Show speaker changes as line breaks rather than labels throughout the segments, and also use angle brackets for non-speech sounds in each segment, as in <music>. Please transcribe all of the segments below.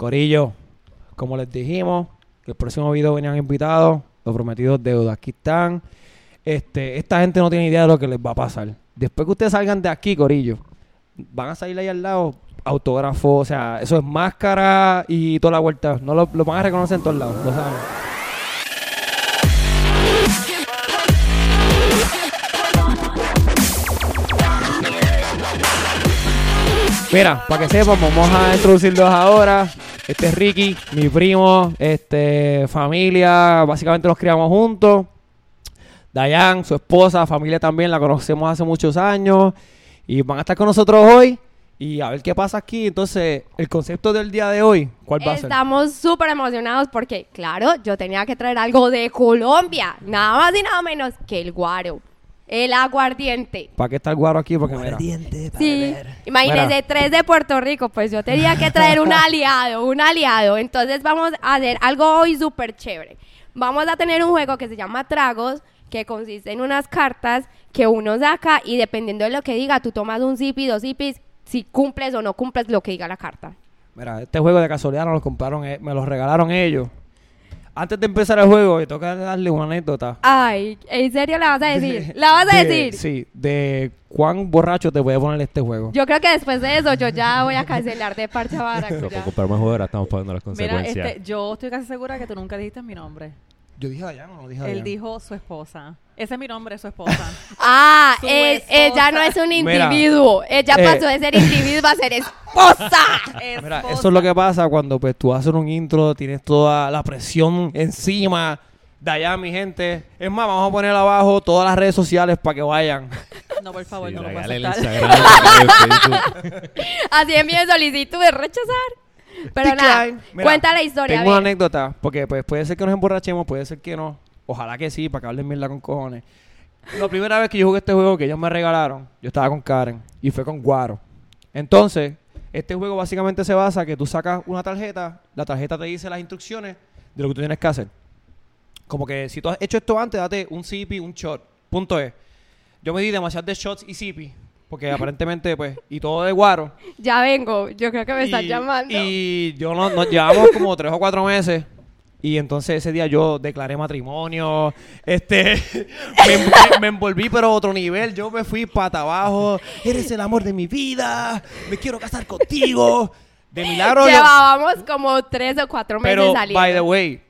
Corillo, como les dijimos, el próximo video venían invitados, los prometidos deuda. Aquí están. Este, esta gente no tiene idea de lo que les va a pasar. Después que ustedes salgan de aquí, Corillo, van a salir ahí al lado autógrafo, o sea, eso es máscara y toda la vuelta. No lo, lo van a reconocer en todos lados, lo saben. Mira, para que sepan, vamos a introducirlos ahora. Este es Ricky, mi primo, este, familia, básicamente los criamos juntos. Dayan, su esposa, familia también, la conocemos hace muchos años. Y van a estar con nosotros hoy y a ver qué pasa aquí. Entonces, el concepto del día de hoy, ¿cuál va a ser?
Estamos súper emocionados porque, claro, yo tenía que traer algo de Colombia, nada más y nada menos que el guaro, el aguardiente.
¿Para qué está el guaro aquí? Porque mira,
Aguardiente, para
Sí,
beber.
imagínense,
Mira.
tres de Puerto Rico, pues yo tenía que
<laughs>
traer un aliado, un aliado. Entonces vamos a hacer algo hoy súper chévere. Vamos a tener un juego que se llama Tragos, que consiste en unas cartas que uno saca y dependiendo de lo que diga, tú tomas un zipi, dos zipis, si cumples o no cumples lo que diga la carta.
mira, este juego de casualidad nos lo compraron, eh, me lo regalaron ellos. Antes de empezar el juego, yo tengo que darle una anécdota.
Ay, ¿en serio la vas a
<laughs>
decir? ¿La vas a
De-
decir?
Sí, de cuán borracho te voy a poner este juego.
Yo creo que después de eso yo ya voy a cancelar de parche a Baraco,
Pero
ya.
por comprar más jugadores estamos pagando las
Mira,
consecuencias.
este, yo estoy casi segura que tú nunca dijiste mi nombre.
Yo dije Dayan, no dije
Él dijo su esposa. Ese es mi nombre, su
<laughs>
esposa.
Ah,
Su
eh,
esposa.
ella no es un
Mira,
individuo. ella
eh,
pasó de ser individuo a ser esposa.
Ah, Mira,
Esposa.
eso es lo que pasa cuando pues tú haces un intro, tienes toda la presión encima. De allá, mi gente. Es más, vamos a poner abajo todas las redes sociales para que vayan.
No, por favor,
Sí,
no lo puedo
regala el
aceptar.
Instagram, regala
<laughs>
el Facebook.
Así es mi solicitud de rechazar. Pero nada,
Mira,
cuenta la historia.
Tengo una
a ver.
anécdota, porque pues puede ser que nos emborrachemos, puede ser que no. Ojalá que sí, para que hablen mierda con cojones. La primera vez que yo jugué este juego que ellos me regalaron, yo estaba con Karen y fue con Guaro. Entonces, este juego básicamente se basa que tú sacas una tarjeta, la tarjeta te dice las instrucciones de lo que tú tienes que hacer. Como que si tú has hecho esto antes, date un zipi, un shot. Punto es. Yo me di demasiados de shots y zipi,
<laughs>
porque aparentemente, pues, y todo de Guaro.
Ya vengo, yo creo que me están
Y-
llamando.
Y yo no, nos llevamos como tres o cuatro meses. Y entonces ese día yo declaré matrimonio. Este <laughs> me, me- me envolví, pero a otro nivel. Yo me fui pata abajo. Eres el amor de mi vida. Me quiero casar contigo. De milagro. yo-
Llevábamos como tres o cuatro meses
pero,
saliendo.
by the way,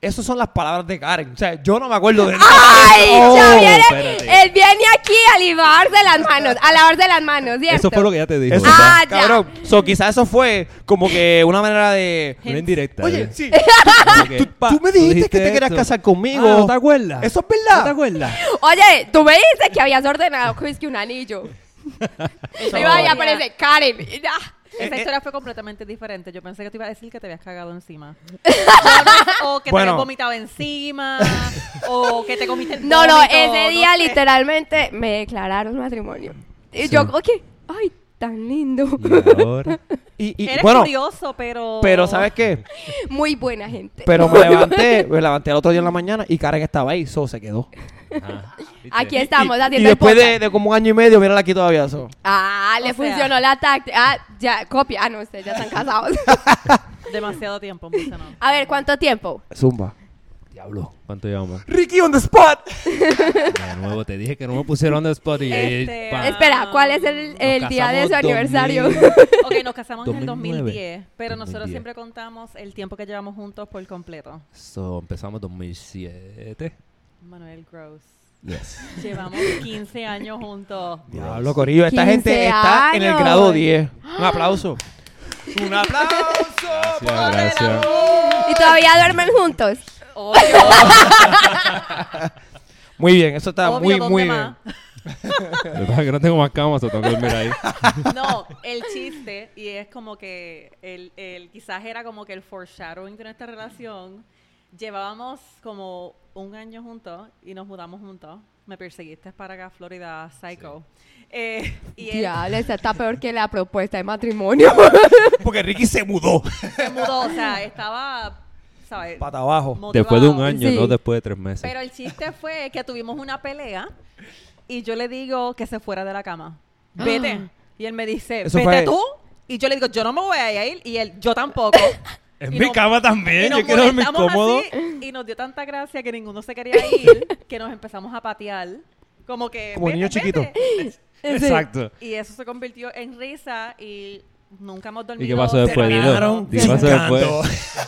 esas son las palabras de Karen. O sea, yo no me acuerdo de
¡Ay! ya
Oh,
viene,
espérate.
él viene aquí a limarse las manos, a lavarse las manos, <laughs> ¿cierto?
Eso fue lo que ya te dijo.
Eso,
Ah, ya.
cabrón. So, quizás eso fue como que una manera de.
Una indirecta. ¿eh?
Oye, sí.
Como que,
Tú,
pa,
tú me dijiste que
dijiste
te querías
esto.
casar conmigo.
Ah, ¿no te acuerdas?
Eso es verdad.
¿No te acuerdas?
Oye, tú me dices que habías ordenado que es que un anillo. y
Esa
vaya,
historia-
aparece Karen. y ya.
Esa
Eh,
historia fue completamente diferente. Yo pensé que te iba a decir que te habías cagado
<laughs>
encima. Yo no- o que te
Bueno.
habías vomitado encima. o que te comiste el
No, no,
vómito,
ese día
sé.
literalmente me declararon matrimonio. Y
Sí.
yo, ok, ay, tan lindo.
Y ahora.
Y, y-
Eres
bueno,
curioso, pero...
pero ¿sabes qué?
<laughs> Muy buena gente.
Pero me levanté, me levanté el otro día en la mañana y Karen estaba ahí, so se quedó.
Ah, ¿viste?
Aquí estamos
y, y
haciendo el
después de,
podcast.
de como un año y medio, mírala aquí todavía, so.
Ah, le
O sea-
funcionó la táctica. Ah, ya, copia. Ah, no, ustedes ya
<laughs>
están casados.
Demasiado tiempo, mucho no.
A ver, ¿cuánto tiempo?
Zumba. <laughs> Diablo.
¿Cuánto llevamos?
Ricky on the spot.
De nuevo, te dije que no me pusieron de spot y...
Este,
y- pa.
es-
Espera, ¿cuál es el,
Nos
el día de su
casamos
aniversario?
2000.
Ok, nos casamos en el
2009.
2010, pero nosotros
2010.
siempre contamos el tiempo que llevamos juntos por completo.
So, empezamos 2007.
Manuel Gross.
Yes.
Llevamos 15 años
<laughs>
juntos.
Diablo, Corillo. Esta
15
gente está en el
años.
grado 10. Un aplauso. Un aplauso.
Gracias, gracias.
<laughs> y todavía duermen juntos.
Obvio,
Muy bien, eso está
obvio,
muy,
¿dónde
muy bien. <laughs>
más?
Lo que pasa es que no tengo más camas, o tengo que dormir
<laughs>
ahí.
No, el chiste, y es como que el, el- quizás era como que el foreshadowing de nuestra relación. Llevábamos como un año juntos y nos mudamos juntos. Me perseguiste para acá, Florida Psycho. Eh, y él
Diablo, esta está peor que la propuesta de
<laughs>
matrimonio.
Porque Ricky se mudó.
se mudó, o sea, estaba, ¿sabes?
Pata abajo.
Motivado.
Después de un año,
Sí.
no después de tres meses.
Pero el chiste fue que tuvimos una pelea Ah. y yo le digo que se fuera de la cama. Vete. Y él me dice,
Eso
vete
fue-
tú. Y yo le digo, yo no me voy a ir. Y él,
<laughs>
yo tampoco.
En
Y
mi
nos-
cama
y
también,
nos
yo quiero dormir
molestamos
cómodo.
así, y nos dio tanta gracia que ninguno se quería <laughs> ir, que nos empezamos a patear. Como que.
Como
"Vete,
niño
vete".
chiquito.
Exacto.
Y eso se convirtió en risa y nunca hemos dormido.
¿Y qué pasó después,
separado.
Guido? ¿Qué pasó después?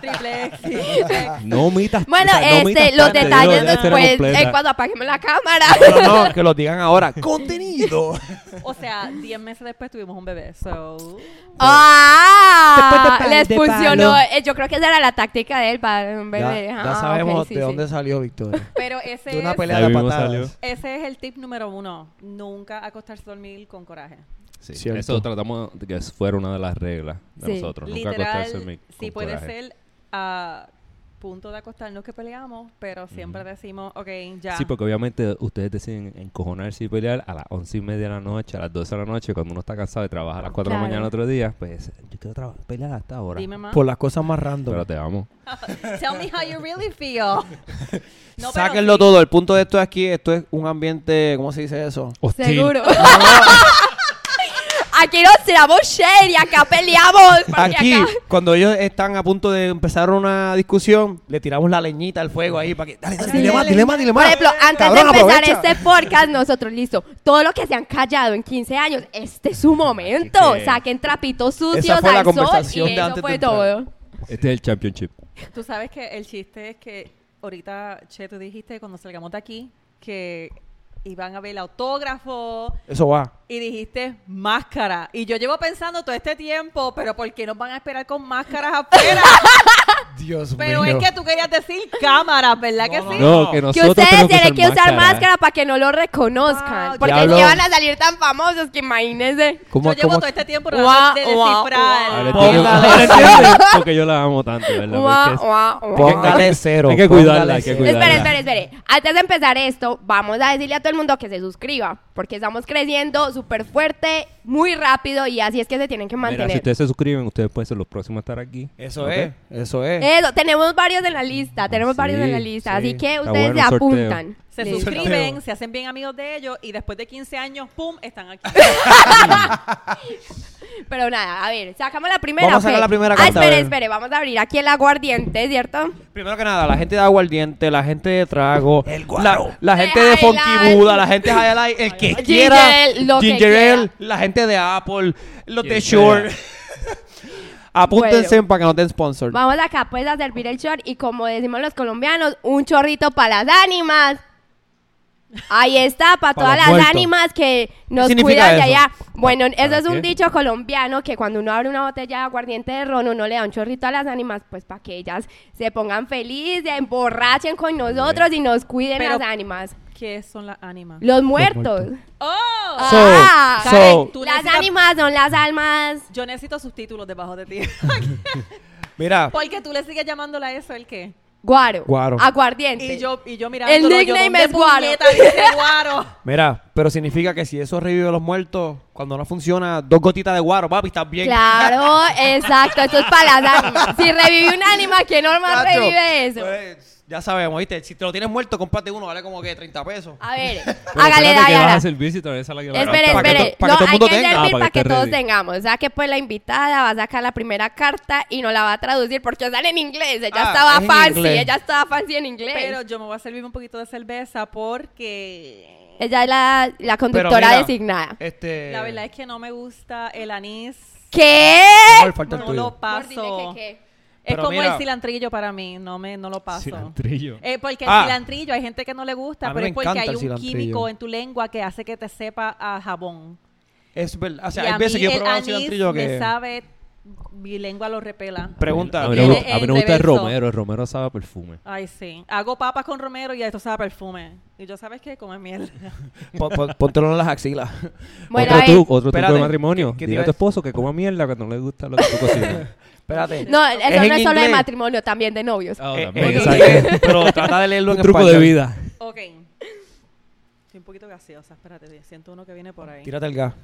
<laughs> Triple X, triple X.
No mitas.
Bueno,
o sea, no
este,
mitas
los
tanto,
detalles
yo la historia
después,
completa.
eh, cuando apaguemos la cámara.
No, no, que lo digan ahora. ¡Contenido!
O sea, 10 meses después tuvimos un bebé. So,
<laughs>
Después
¡Ah!
de
Les
pal- de
funcionó.
palo.
Eh, yo creo que esa era la táctica de él para un
Ya,
bebé.
ya
Ah,
sabemos
ok, sí,
de
sí.
dónde salió <laughs> Victoria.
pero ese
De una
es-
pelea
Ahí
de
mismo
patadas.
salió.
Ese es el tip número uno. Nunca acostarse a dormir con coraje.
Sí,
Cierto.
Eso tratamos de que fuera una de las reglas de
Sí.
nosotros. Pues Nunca
Literal,
acostarse en
si puede ser a punto de acostarnos que peleamos, pero siempre decimos, ok, ya.
Sí, porque obviamente ustedes deciden encojonarse y pelear a las once y media de la noche, a las 12 de la noche, cuando uno está cansado de trabajar a las 4 de
Claro.
la mañana otro día, pues yo quiero traba- pelear hasta ahora.
Dime más.
Por las cosas más random.
Pero te amo.
Tell me how you really feel. <laughs> No, pero
Sáquenlo
sí.
todo. El punto de esto es aquí, esto es un ambiente, ¿cómo se dice eso?
Seguro. <laughs> Aquí nos tiramos share y acá peleamos. porque
Aquí,
acá-
cuando ellos están a punto de empezar una discusión, le tiramos la leñita al fuego ahí para que. Dale, dale, dile más, dile más, dile más.
Por ejemplo, antes
Cabrón,
de empezar
aprovecha.
este podcast, nosotros, listo, todo lo que se han callado en 15 años, este es su momento.
Así que-
Saquen trapitos sucios
fue la
al sol y
conversación de
eso
antes de
fue
entrar.
todo.
Este es el championship.
Tú sabes que el chiste es que ahorita, Che, tú dijiste cuando salgamos de aquí que iban a ver el autógrafo
Eso va.
y dijiste máscara. Y yo llevo pensando todo este tiempo, pero ¿por qué nos van a esperar con máscaras
<laughs>
afuera?
Dios
pero es que tú querías decir cámaras, ¿verdad que sí?
No, que
Que
nosotros
ustedes
tenemos
tienen que usar
máscara.
máscara para que no lo reconozcan.
Wow,
porque
diablo.
es que van a salir tan famosos que imagínense.
¿Cómo,
yo llevo
cómo-
todo este tiempo
Guau,
tratando de
guau,
descifrar.
Ahora <laughs>
Póngale.
entiendo- ahora entiendo Porque yo la amo tanto, ¿verdad?
Guau,
Porque es-
guau, guau.
Póngale cero.
hay que
póngale
cuidarla, hay que
cero.
cuidarla.
Espere, espere, espere. Antes de empezar esto, vamos a decirle a todo el mundo que se suscriba, porque estamos creciendo súper fuerte, muy rápido, y así es que se tienen que
Mira, si
mantener.
ustedes se suscriben, ustedes pueden ser los próximos a estar aquí.
Eso
¿Ok?
es, eso es.
Eso, tenemos varios en la lista, tenemos
Ah, Sí,
varios en la lista,
sí.
así que
Está
ustedes
bueno el
se
sorteo.
apuntan.
Se
Sí.
suscriben, se hacen bien amigos de ellos y después de 15 años, ¡pum!, están
<laughs>
aquí.
Pero nada, a ver, sacamos la primera.
Vamos a
¿o qué?
sacar la primera
Ah,
carta, a
espere,
ver.
espere, vamos a abrir aquí el aguardiente, ¿cierto?
Primero que nada, la gente de aguardiente, la gente de trago, la, la
De
gente de Funky
Highlight.
Buda, la gente de Highlight, el que
Ginger
quiera,
Ale, lo que
Ginger Ale,
quiera.
la gente de Apple, los de
Quien
Shure. <laughs> Apúntense
Bueno.
para que no den sponsor.
Vamos acá, pues, a servir el short y como decimos los colombianos, un chorrito para las ánimas. Ahí está, para
Pa'
todas
los
las
muertos.
ánimas que nos
significa
cuidan de
eso?
allá. Bueno, eso
¿Para
es un
qué?
dicho colombiano que cuando uno abre una botella de aguardiente de ron, uno le da un chorrito a las ánimas, pues para que ellas se pongan felices, se emborrachen con nosotros y nos cuiden
Pero-
las ánimas.
¿Qué son las ánimas?
Los muertos.
¡Oh!
So,
Ah,
so,
Karen, tú
Las
necesitas-
ánimas son las almas.
Yo necesito subtítulos debajo de ti. <laughs>
mira,
Porque tú le sigues llamándole a eso el qué.
Guaro.
Guaro.
Aguardiente.
Y yo, y yo mirando.
El nickname es Guaro.
Dice Guaro.
mira, pero significa que si eso revive a los muertos, cuando no funciona, dos gotitas de guaro, papi, estás bien. <laughs>
Claro, exacto, esto es para las ánimas. Si revive un ánima, que normal
Chacho,
revive eso?
pues, ya sabemos, ¿viste? Si te lo tienes muerto, comparte uno, vale como que 30 pesos.
A ver,
Pero
hágale,
espérate que vas a
Dayana.
servir si todavía sale
Espere,
la garganta.
Para que
espere.
to- para que todo
no,
el
hay
mundo
que
tenga.
servir
Ah, para
para
que
que
esté
todos
ready.
tengamos. O sea, que pues la invitada va a sacar la primera carta y no la va a traducir porque sale en inglés. Ella
Ah,
estaba
es en
fancy,
inglés.
ella estaba fancy en inglés.
Pero
Pues
yo me voy a servir un poquito de cerveza
Eh.
porque.
ella es la, la
Pero
conductora
mira,
designada.
Este,
La verdad es que no me gusta el anís.
¿Qué?
mejor falta el
No
tuyo.
lo paso. Es
Pero
como
mira.
el cilantrillo para mí. No me, no lo paso.
Cilantrillo.
Eh, porque
Ah.
el cilantrillo hay gente que no le
A
gusta,
mí
pero
me
es porque
encanta
hay
el
un
cilantrillo.
químico en tu lengua que hace que te sepa a jabón.
Es verdad. O sea,
Y
hay
a
veces
mí
que yo he
el
probado
anís
cilantrillo que.
me sabe, mi lengua lo repela.
Pregunta. eh,
A mí, no me-
Tiene
a mí
el
no me gusta el
reverso.
romero. El romero sabe a perfume.
Ay, sí. Hago papas con romero y esto sabe a perfume. Y yo, ¿sabes qué? Come miel. <laughs>
Pon- <laughs> pon- Póntelo en las axilas.
Bueno, a
otro
ver.
truco, otro truco
Espérate,
de matrimonio.
¿qué- qué te
Dile
iba
a
a
tu
decir?
esposo que coma mierda cuando no le gusta lo que
<laughs>
tú cocinas.
<laughs> Espérate.
No, eso
Es
no es
en
solo de
inglés.
matrimonio, también de novios.
Ah,
Eh,
también,
eh,
exacto.
eh, pero trata de leerlo en
Un truco de
español.
vida.
ok. Estoy un poquito gaseosa. Espérate, siento uno que viene por ahí.
Tírate el gas.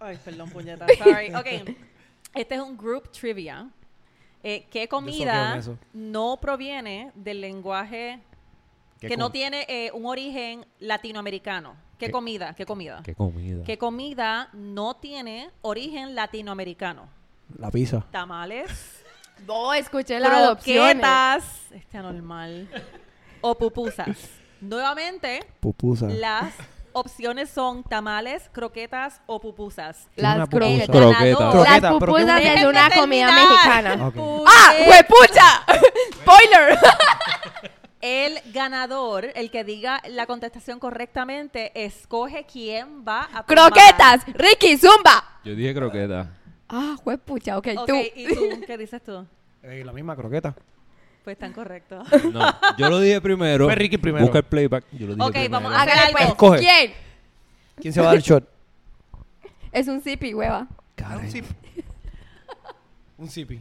Ay, perdón, puñeta. <laughs> Sorry. Ok. Este es un group trivia. Eh, ¿Qué comida
eso.
no proviene del lenguaje que no tiene eh, un origen latinoamericano? ¿Qué,
¿Qué?
comida? ¿Qué comida?
Qué comida.
¿Qué comida no tiene origen latinoamericano?
La pizza.
<laughs> Tamales,
No, escuché las opciones.
croquetas, este anormal, o pupusas. Nuevamente,
Pupusa.
las opciones son tamales, croquetas o pupusas.
Es una
Las
pupusa.
croquetas.
Ganador.
Croqueta.
Las
Croqueta, pero
pupusas
qué
es
Déjenme
una comida
terminar.
mexicana.
Ok.
¡Ah!
Pude-
¡Huepucha! <laughs> ¡Spoiler! <laughs>
El ganador, el que diga la contestación correctamente, escoge quién va a tomar.
¡Croquetas! ¡Ricky, zumba!
Yo dije croqueta.
¡Ah, huepucha! Ok,
Ok,
tú.
¿y tú? ¿Qué dices tú?
Eh, la misma croqueta.
Pues tan correcto.
No, yo lo dije primero.
Fue Ricky primero.
Busca el playback. Yo lo dije
Ok,
primero.
vamos
<laughs>
a-
Hágale pues.
Escoge.
¿Quién?
¿Quién se va a dar el <laughs> shot?
Es un zipi, hueva.
Un zipi. Un
<laughs>
zipi.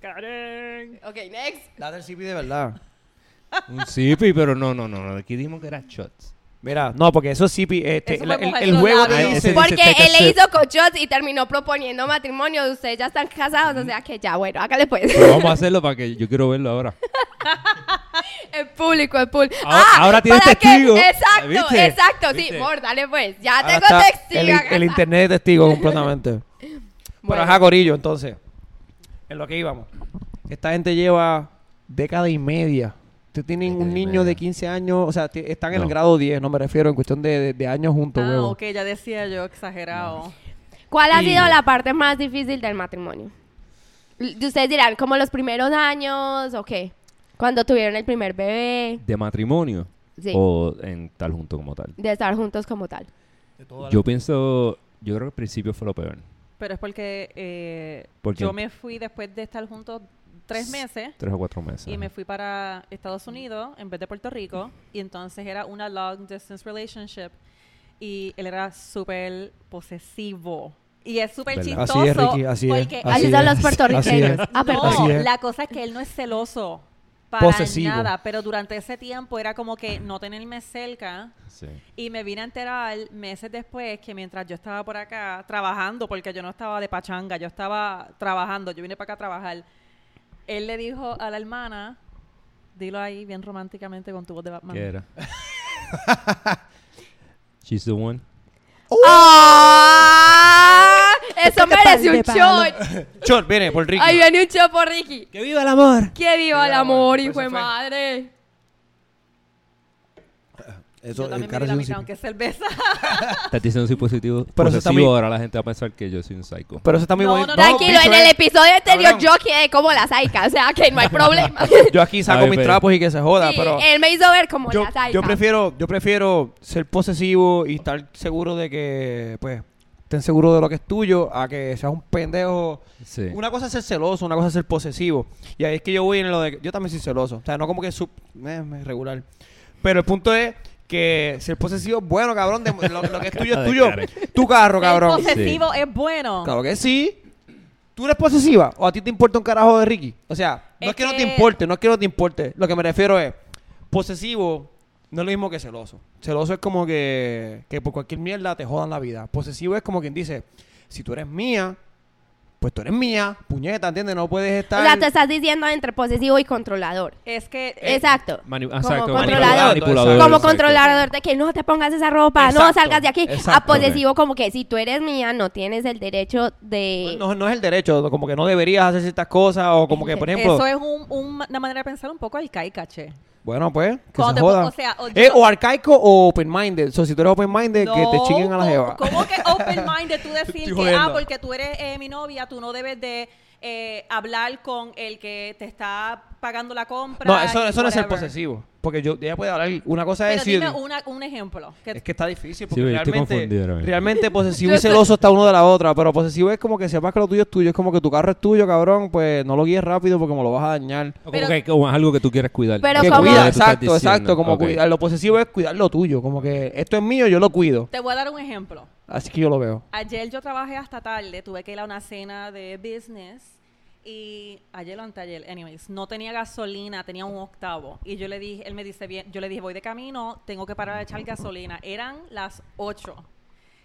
Karen.
Ok, next.
Date el zipi de verdad.
Un sipi, pero no, no, no, no. Aquí dijimos que era shots.
Mira, no, porque eso es zipi. Este,
Eso
el,
fue
el-
mujer
el
con
juego
labios.
dice-
Ese dice
Porque
take a
él le
sip.
hizo cochot y terminó proponiendo matrimonio. Ustedes ya están casados, o sea que ya, bueno, hágale pues.
Pero vamos a hacerlo para que yo quiero verlo ahora.
<laughs> El público, el público. Ah,
Ahora- Ah, ahora tienes
para que-
testigo.
Exacto,
¿Viste?
exacto. Sí,
¿Viste?
amor, dale pues. Ya
Ahora
tengo
está
testigo. pues.
el,
acá
el
está.
internet de
<laughs>
testigo completamente. Pero
Bueno.
ajá, Corillo, entonces. En lo que íbamos. Esta gente lleva década y media. Ustedes tienen
Década
un
y
niño de
media.
15 años, o sea, ti- están en el
No.
grado 10, no me refiero, en cuestión de, de- de años juntos,
Ah,
huevo.
ok, ya decía yo, exagerado.
¿Cuál ha
Y-
sido la parte más difícil del matrimonio? L- Ustedes dirán, como los primeros años o qué. Cuando tuvieron el primer bebé,
¿De matrimonio?
Sí.
¿O en tal junto como tal?
de estar juntos como tal.
Yo pienso, yo creo que al principio fue lo peor.
Pero es porque eh,
¿Por qué?
yo me fui después de estar juntos tres meses
Tres o cuatro meses.
y
ajá.
me fui para Estados Unidos en vez de Puerto Rico y entonces era una long distance relationship y él era súper posesivo. Y es súper
¿Verdad?
chistoso.
Así es, Ricky, así es,
porque
Así,
Así
son
es,
los puertorriqueños.
<laughs> así es.
Ah, perdón.
Así
No,
es.
la cosa es que él no es celoso para
Posesivo.
nada, pero durante ese tiempo era como que no tenerme cerca
Sí.
y me vine a enterar meses después que mientras yo estaba por acá trabajando, porque yo no estaba de pachanga, yo estaba trabajando, yo vine para acá a trabajar, él le dijo a la hermana, dilo ahí bien románticamente con tu voz de Batman.
¿Qué era? She's the one.
¡Ah! Eso
Toca pal
merece
de
un
palo.
shot.
Shot, viene por Ricky.
Ahí viene un shot por Ricky.
¡Que viva el amor!
¡Que viva el amor, hijo de
Pues se fue.
madre!
yo también me di la mitad, aunque es cerveza.
Estás diciendo soy positivo.
Pero eso
posesivo,
está muy-
ahora la gente va a pensar que yo soy un psycho.
Pero eso está muy
No,
bonito.
no, no.
Tranquilo,
bicho,
en el
eh.
episodio anterior
Cabrón.
yo quedé como la saica, o sea que
<laughs>
no hay problema.
Yo aquí saco
Ay,
mis
pero-
trapos y que se joda,
Sí,
pero...
él me hizo ver como
yo,
la saica.
yo prefiero yo prefiero ser posesivo y estar seguro de que pues estén seguros de lo que es tuyo a que seas un pendejo
Sí.
una cosa es ser celoso una cosa es ser posesivo y ahí es que yo voy en lo de que- yo también soy celoso o sea no como que sub, eh, me- regular pero el punto es que ser posesivo es bueno cabrón de- lo, lo que es tuyo es
Ay,
tuyo
Karen.
tu carro cabrón
<laughs> El posesivo es bueno.
claro que sí ¿Tú eres posesiva o a ti te importa un carajo de Ricky? O sea, no es,
Es
que, no te
que-
importe, no es que no te importe. Lo que me refiero es, posesivo no es lo mismo que celoso. Celoso es como que, que por cualquier mierda te jodan la vida. Posesivo es como quien dice, si tú eres mía, pues tú eres mía, puñeta, ¿entiendes? No puedes
O
estar...
sea, te estás diciendo entre posesivo y controlador.
Es que eh,
Exacto.
Mani-
Como
exacto,
controlador.
manipulador,
Como
exacto.
controlador de que no te pongas esa ropa, no
Exacto,
salgas de aquí. A
exacto.
posesivo como que si tú eres mía no tienes el derecho de...
No, no es el derecho, como que no deberías hacer ciertas cosas o como
<laughs>
que, por ejemplo...
eso es un- un- una manera de pensar un poco arcaica, che.
Bueno, pues, que
Cuando
se
te pon-
joda.
o sea, o
Eh,
yo-
o arcaico o open-minded. O sea, si tú eres open-minded, que te
No,
chinguen a la
¿cómo-
jeva.
¿Cómo que
<laughs>
open minded? Tú
Estoy
decir que, ah,
jodiendo.
porque tú eres eh, mi novia, tú no debes de eh, hablar con el que te está pagando la compra.
No, eso,
y
eso no es ser
whatever.
posesivo. Porque yo, ella puede hablar. Una cosa es
Pero
decir.
dime una- un ejemplo. que-
Es que está difícil porque
Sí, yo estoy
realmente,
confundido ahora mismo.
realmente
<laughs>
posesivo y celoso está uno de la otra. Pero posesivo es como que sepas que lo tuyo es tuyo. Es como que tu carro es tuyo, cabrón. Pues no lo guíes rápido porque me lo vas a dañar.
O
Pero-
como que como algo que tú quieras cuidar.
Pero
que
como-
cuida,
Tú estás
exacto,
diciendo,
exacto. Como
ok.
cuidar. Lo posesivo es cuidar lo tuyo. Como que esto es mío, yo lo cuido.
Te voy a dar un ejemplo.
Así que yo lo veo.
Ayer yo trabajé hasta tarde, tuve que ir a una cena de business y ayer o anteayer, anyways, no tenía gasolina, tenía un octavo y yo le dije, él me dice bien, yo le dije, voy de camino, tengo que parar a echar gasolina. Eran las 8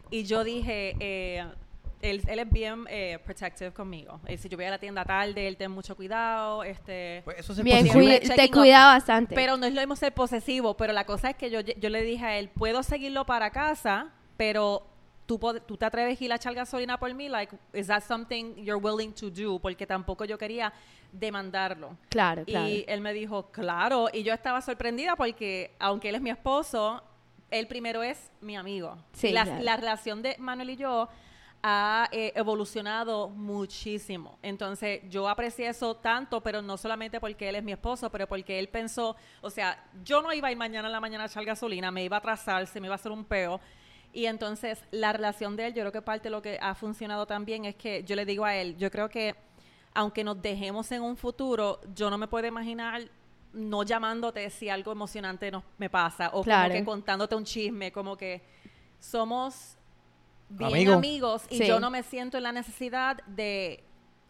y yo dije, eh, él, él es bien eh, protective conmigo. Él, si yo voy a la tienda tarde, él tiene mucho cuidado, este...
Pues eso es
Bien,
posesivo.
posible.
cui- te cuida bastante.
Pero no es lo mismo ser posesivo, pero la cosa es que yo, yo le dije a él, puedo seguirlo para casa, pero tú, pod- tú te atreves a ir a echar gasolina por mí, like, is that something you're willing to do? Porque tampoco yo quería demandarlo.
claro, Eh, claro.
Y él me dijo, claro, y yo estaba sorprendida porque aunque él es mi esposo, él primero es mi amigo.
Sí,
la,
claro.
la relación de Manuel y yo ha eh, evolucionado muchísimo. Entonces yo aprecié eso tanto, pero no solamente porque él es mi esposo, pero porque él pensó, o sea, yo no iba a ir mañana en la mañana a echar gasolina, me iba a atrasar, se me iba a hacer un peo. Y entonces la relación de él, yo creo que parte de lo que ha funcionado también es que yo le digo a él, yo creo que aunque nos dejemos en un futuro, yo no me puedo imaginar no llamándote si algo emocionante nos, me pasa o
Claro.
como que contándote un chisme, como que somos bien
Amigo.
amigos y
Sí.
yo no me siento en la necesidad de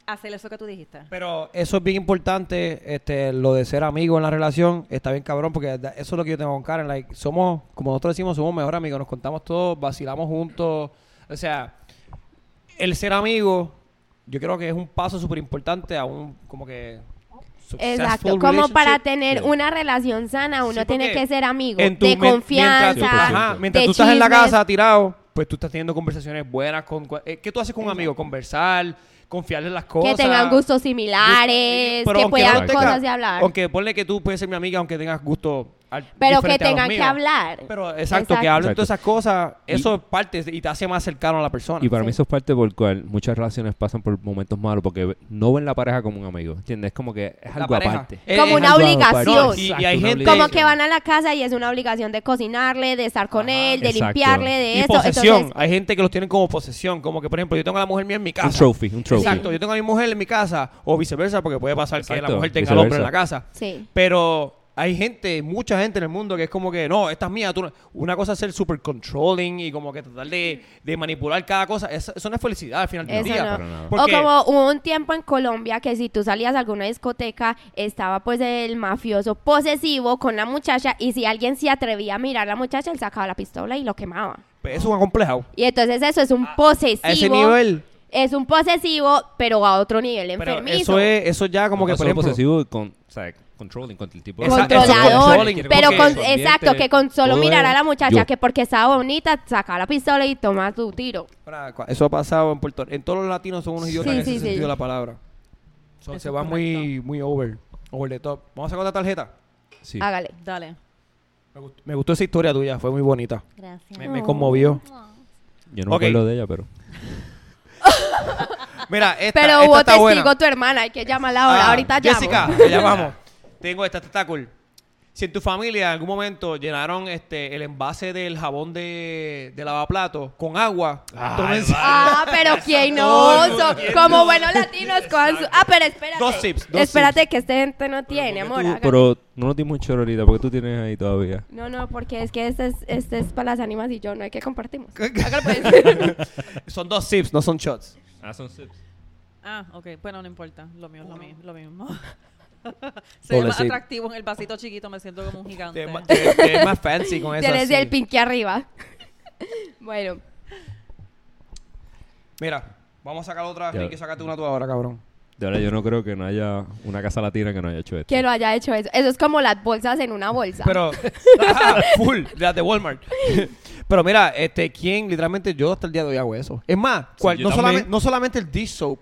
hacer eso que tú dijiste.
<laughs> Pero eh, eso es bien importante, este, lo de ser amigo en la relación, está bien cabrón, porque da- eso es lo que yo tengo con Karen, like, somos, como nosotros decimos, somos mejores amigos, nos contamos todo, vacilamos juntos, o sea, el ser amigo, yo creo que es un paso súper importante a un, como que... successful
Exacto, como para
relationship.
tener
Sí.
una relación sana uno
Sí,
tiene
porque
que ser amigo,
en tu
de
men-
confianza.
Mientras, tú- pues, ajá, mientras
de
tú estás en la
chismes.
casa tirado, pues tú estás teniendo conversaciones buenas. con cua- eh, ¿Qué tú haces con un amigo? Conversar, confiarle las cosas.
que tengan gustos similares,
Pero
que
aunque
puedan
no tenga-
cosas de hablar,
Aunque ponle que tú puedes ser mi amiga, aunque tengas gusto al-
pero que
diferente a los
tengan que
míos.
hablar.
Pero exacto, que
Exacto.
hablen todas
Exacto.
esas cosas,
Y-
eso es parte y te hace más cercano a la persona.
Y para mí eso es parte por el cual muchas relaciones pasan por momentos malos porque ve- no ven la pareja como un amigo, ¿entiendes? Es como que es
La
algo
pareja.
aparte.
Eh,
Como
Es
eh,
una
algo
obligación.
aparte.
Y- y hay
Exacto, una
gente-
como
obligación.
que van a la casa y es una obligación de cocinarle, de estar con él, de
exacto.
limpiarle, de
Y
eso.
posesión.
Entonces,
Hay gente que los tienen como posesión. Como que, por ejemplo, yo tengo a la mujer mía en mi casa.
Un trophy, un trophy.
Exacto, yo tengo a mi mujer en mi casa. O viceversa, porque puede pasar que la
Exacto,
mujer tenga al hombre en
viceversa.
la casa.
sí.
Pero hay gente, mucha gente en el mundo que es como que, no, esta es mía. tú no- Una cosa es ser super controlling y como que tratar de, de manipular cada cosa. Eso, eso no es felicidad al final del
Eso
día.
no.
Para nada.
Porque-
O como hubo un tiempo en Colombia que si tú salías a alguna discoteca, estaba pues el mafioso posesivo con la muchacha y si alguien se atrevía a mirar a la muchacha, él sacaba la pistola y lo quemaba.
Pues eso es un acomplejado.
Y entonces eso es un posesivo.
Ah, A ese nivel.
Es un posesivo, pero a otro nivel
Pero
enfermizo.
eso es, eso ya como
No
que, por
solo
ejemplo,
posesivo con, o sea, controlling con el tipo
Exacto,
controlador,
controlling,
pero
porque
con, exacto, que con solo
Todo
mirar a la
es-
muchacha
yo-
que porque estaba bonita, saca la pistola y toma tu tiro.
Ahora, cua- Eso ha pasado en Puerto En todos los latinos son unos idiotas
Sí,
en ese
sí, sí.
sentido de la palabra. Son-
Eso
se
es
van muy, muy over. Over the top. Vamos a sacar otra tarjeta.
Sí.
Hágale.
Dale.
Me gustó, me gustó esa historia tuya. Fue muy bonita.
Gracias.
Me, me
Oh.
conmovió.
Yo no
Ok.
me acuerdo de ella, pero
Mira, esta,
Pero
esta
hubo
está
testigo
buena.
tu hermana, hay que llamarla ahora,
Ah,
ahorita llamo.
Jessica,
<laughs>
te llamamos. Tengo esta, esta está cool. Si en tu familia en algún momento llenaron este el envase del jabón de, de lavaplatos con agua, tú me enseñas- <laughs>
Ah, pero quién
Todo
no,
el mundo tiene.
como buenos latinos cojan su- Ah, pero espérate.
Dos sips, dos
espérate que esta gente no tiene,
Tú-
amor. hágale.
pero no nos dimos choro ahorita porque tú tienes ahí todavía.
No, no, porque es que este es, este es para las ánimas y yo, no hay que compartimos.
<laughs> son dos sips, no son shots.
Ah, son sips.
Ah, ok. Bueno, no importa. Lo mío es lo, mi- lo mismo. <laughs>
Doble
Soy más
sí.
atractivo en el vasito chiquito, me siento como un
Te
gigante.
ves más- te ves- te ves más fancy con eso.
Tienes
así.
el pinky arriba. <laughs> bueno,
Mira, vamos a sacar otra.
Ya.
Ricky, sácate una tú ahora, cabrón.
De verdad, yo no creo que no haya una casa latina que no haya hecho esto.
que no haya hecho eso. Eso es como las bolsas en una bolsa. <laughs>
Pero, Ajá, full, de las de Walmart. <laughs> Pero mira, este, ¿quién? Literalmente yo hasta el día de hoy hago eso. Es más, cual-
yo
no,
también.
solamente, no solamente el dish soap.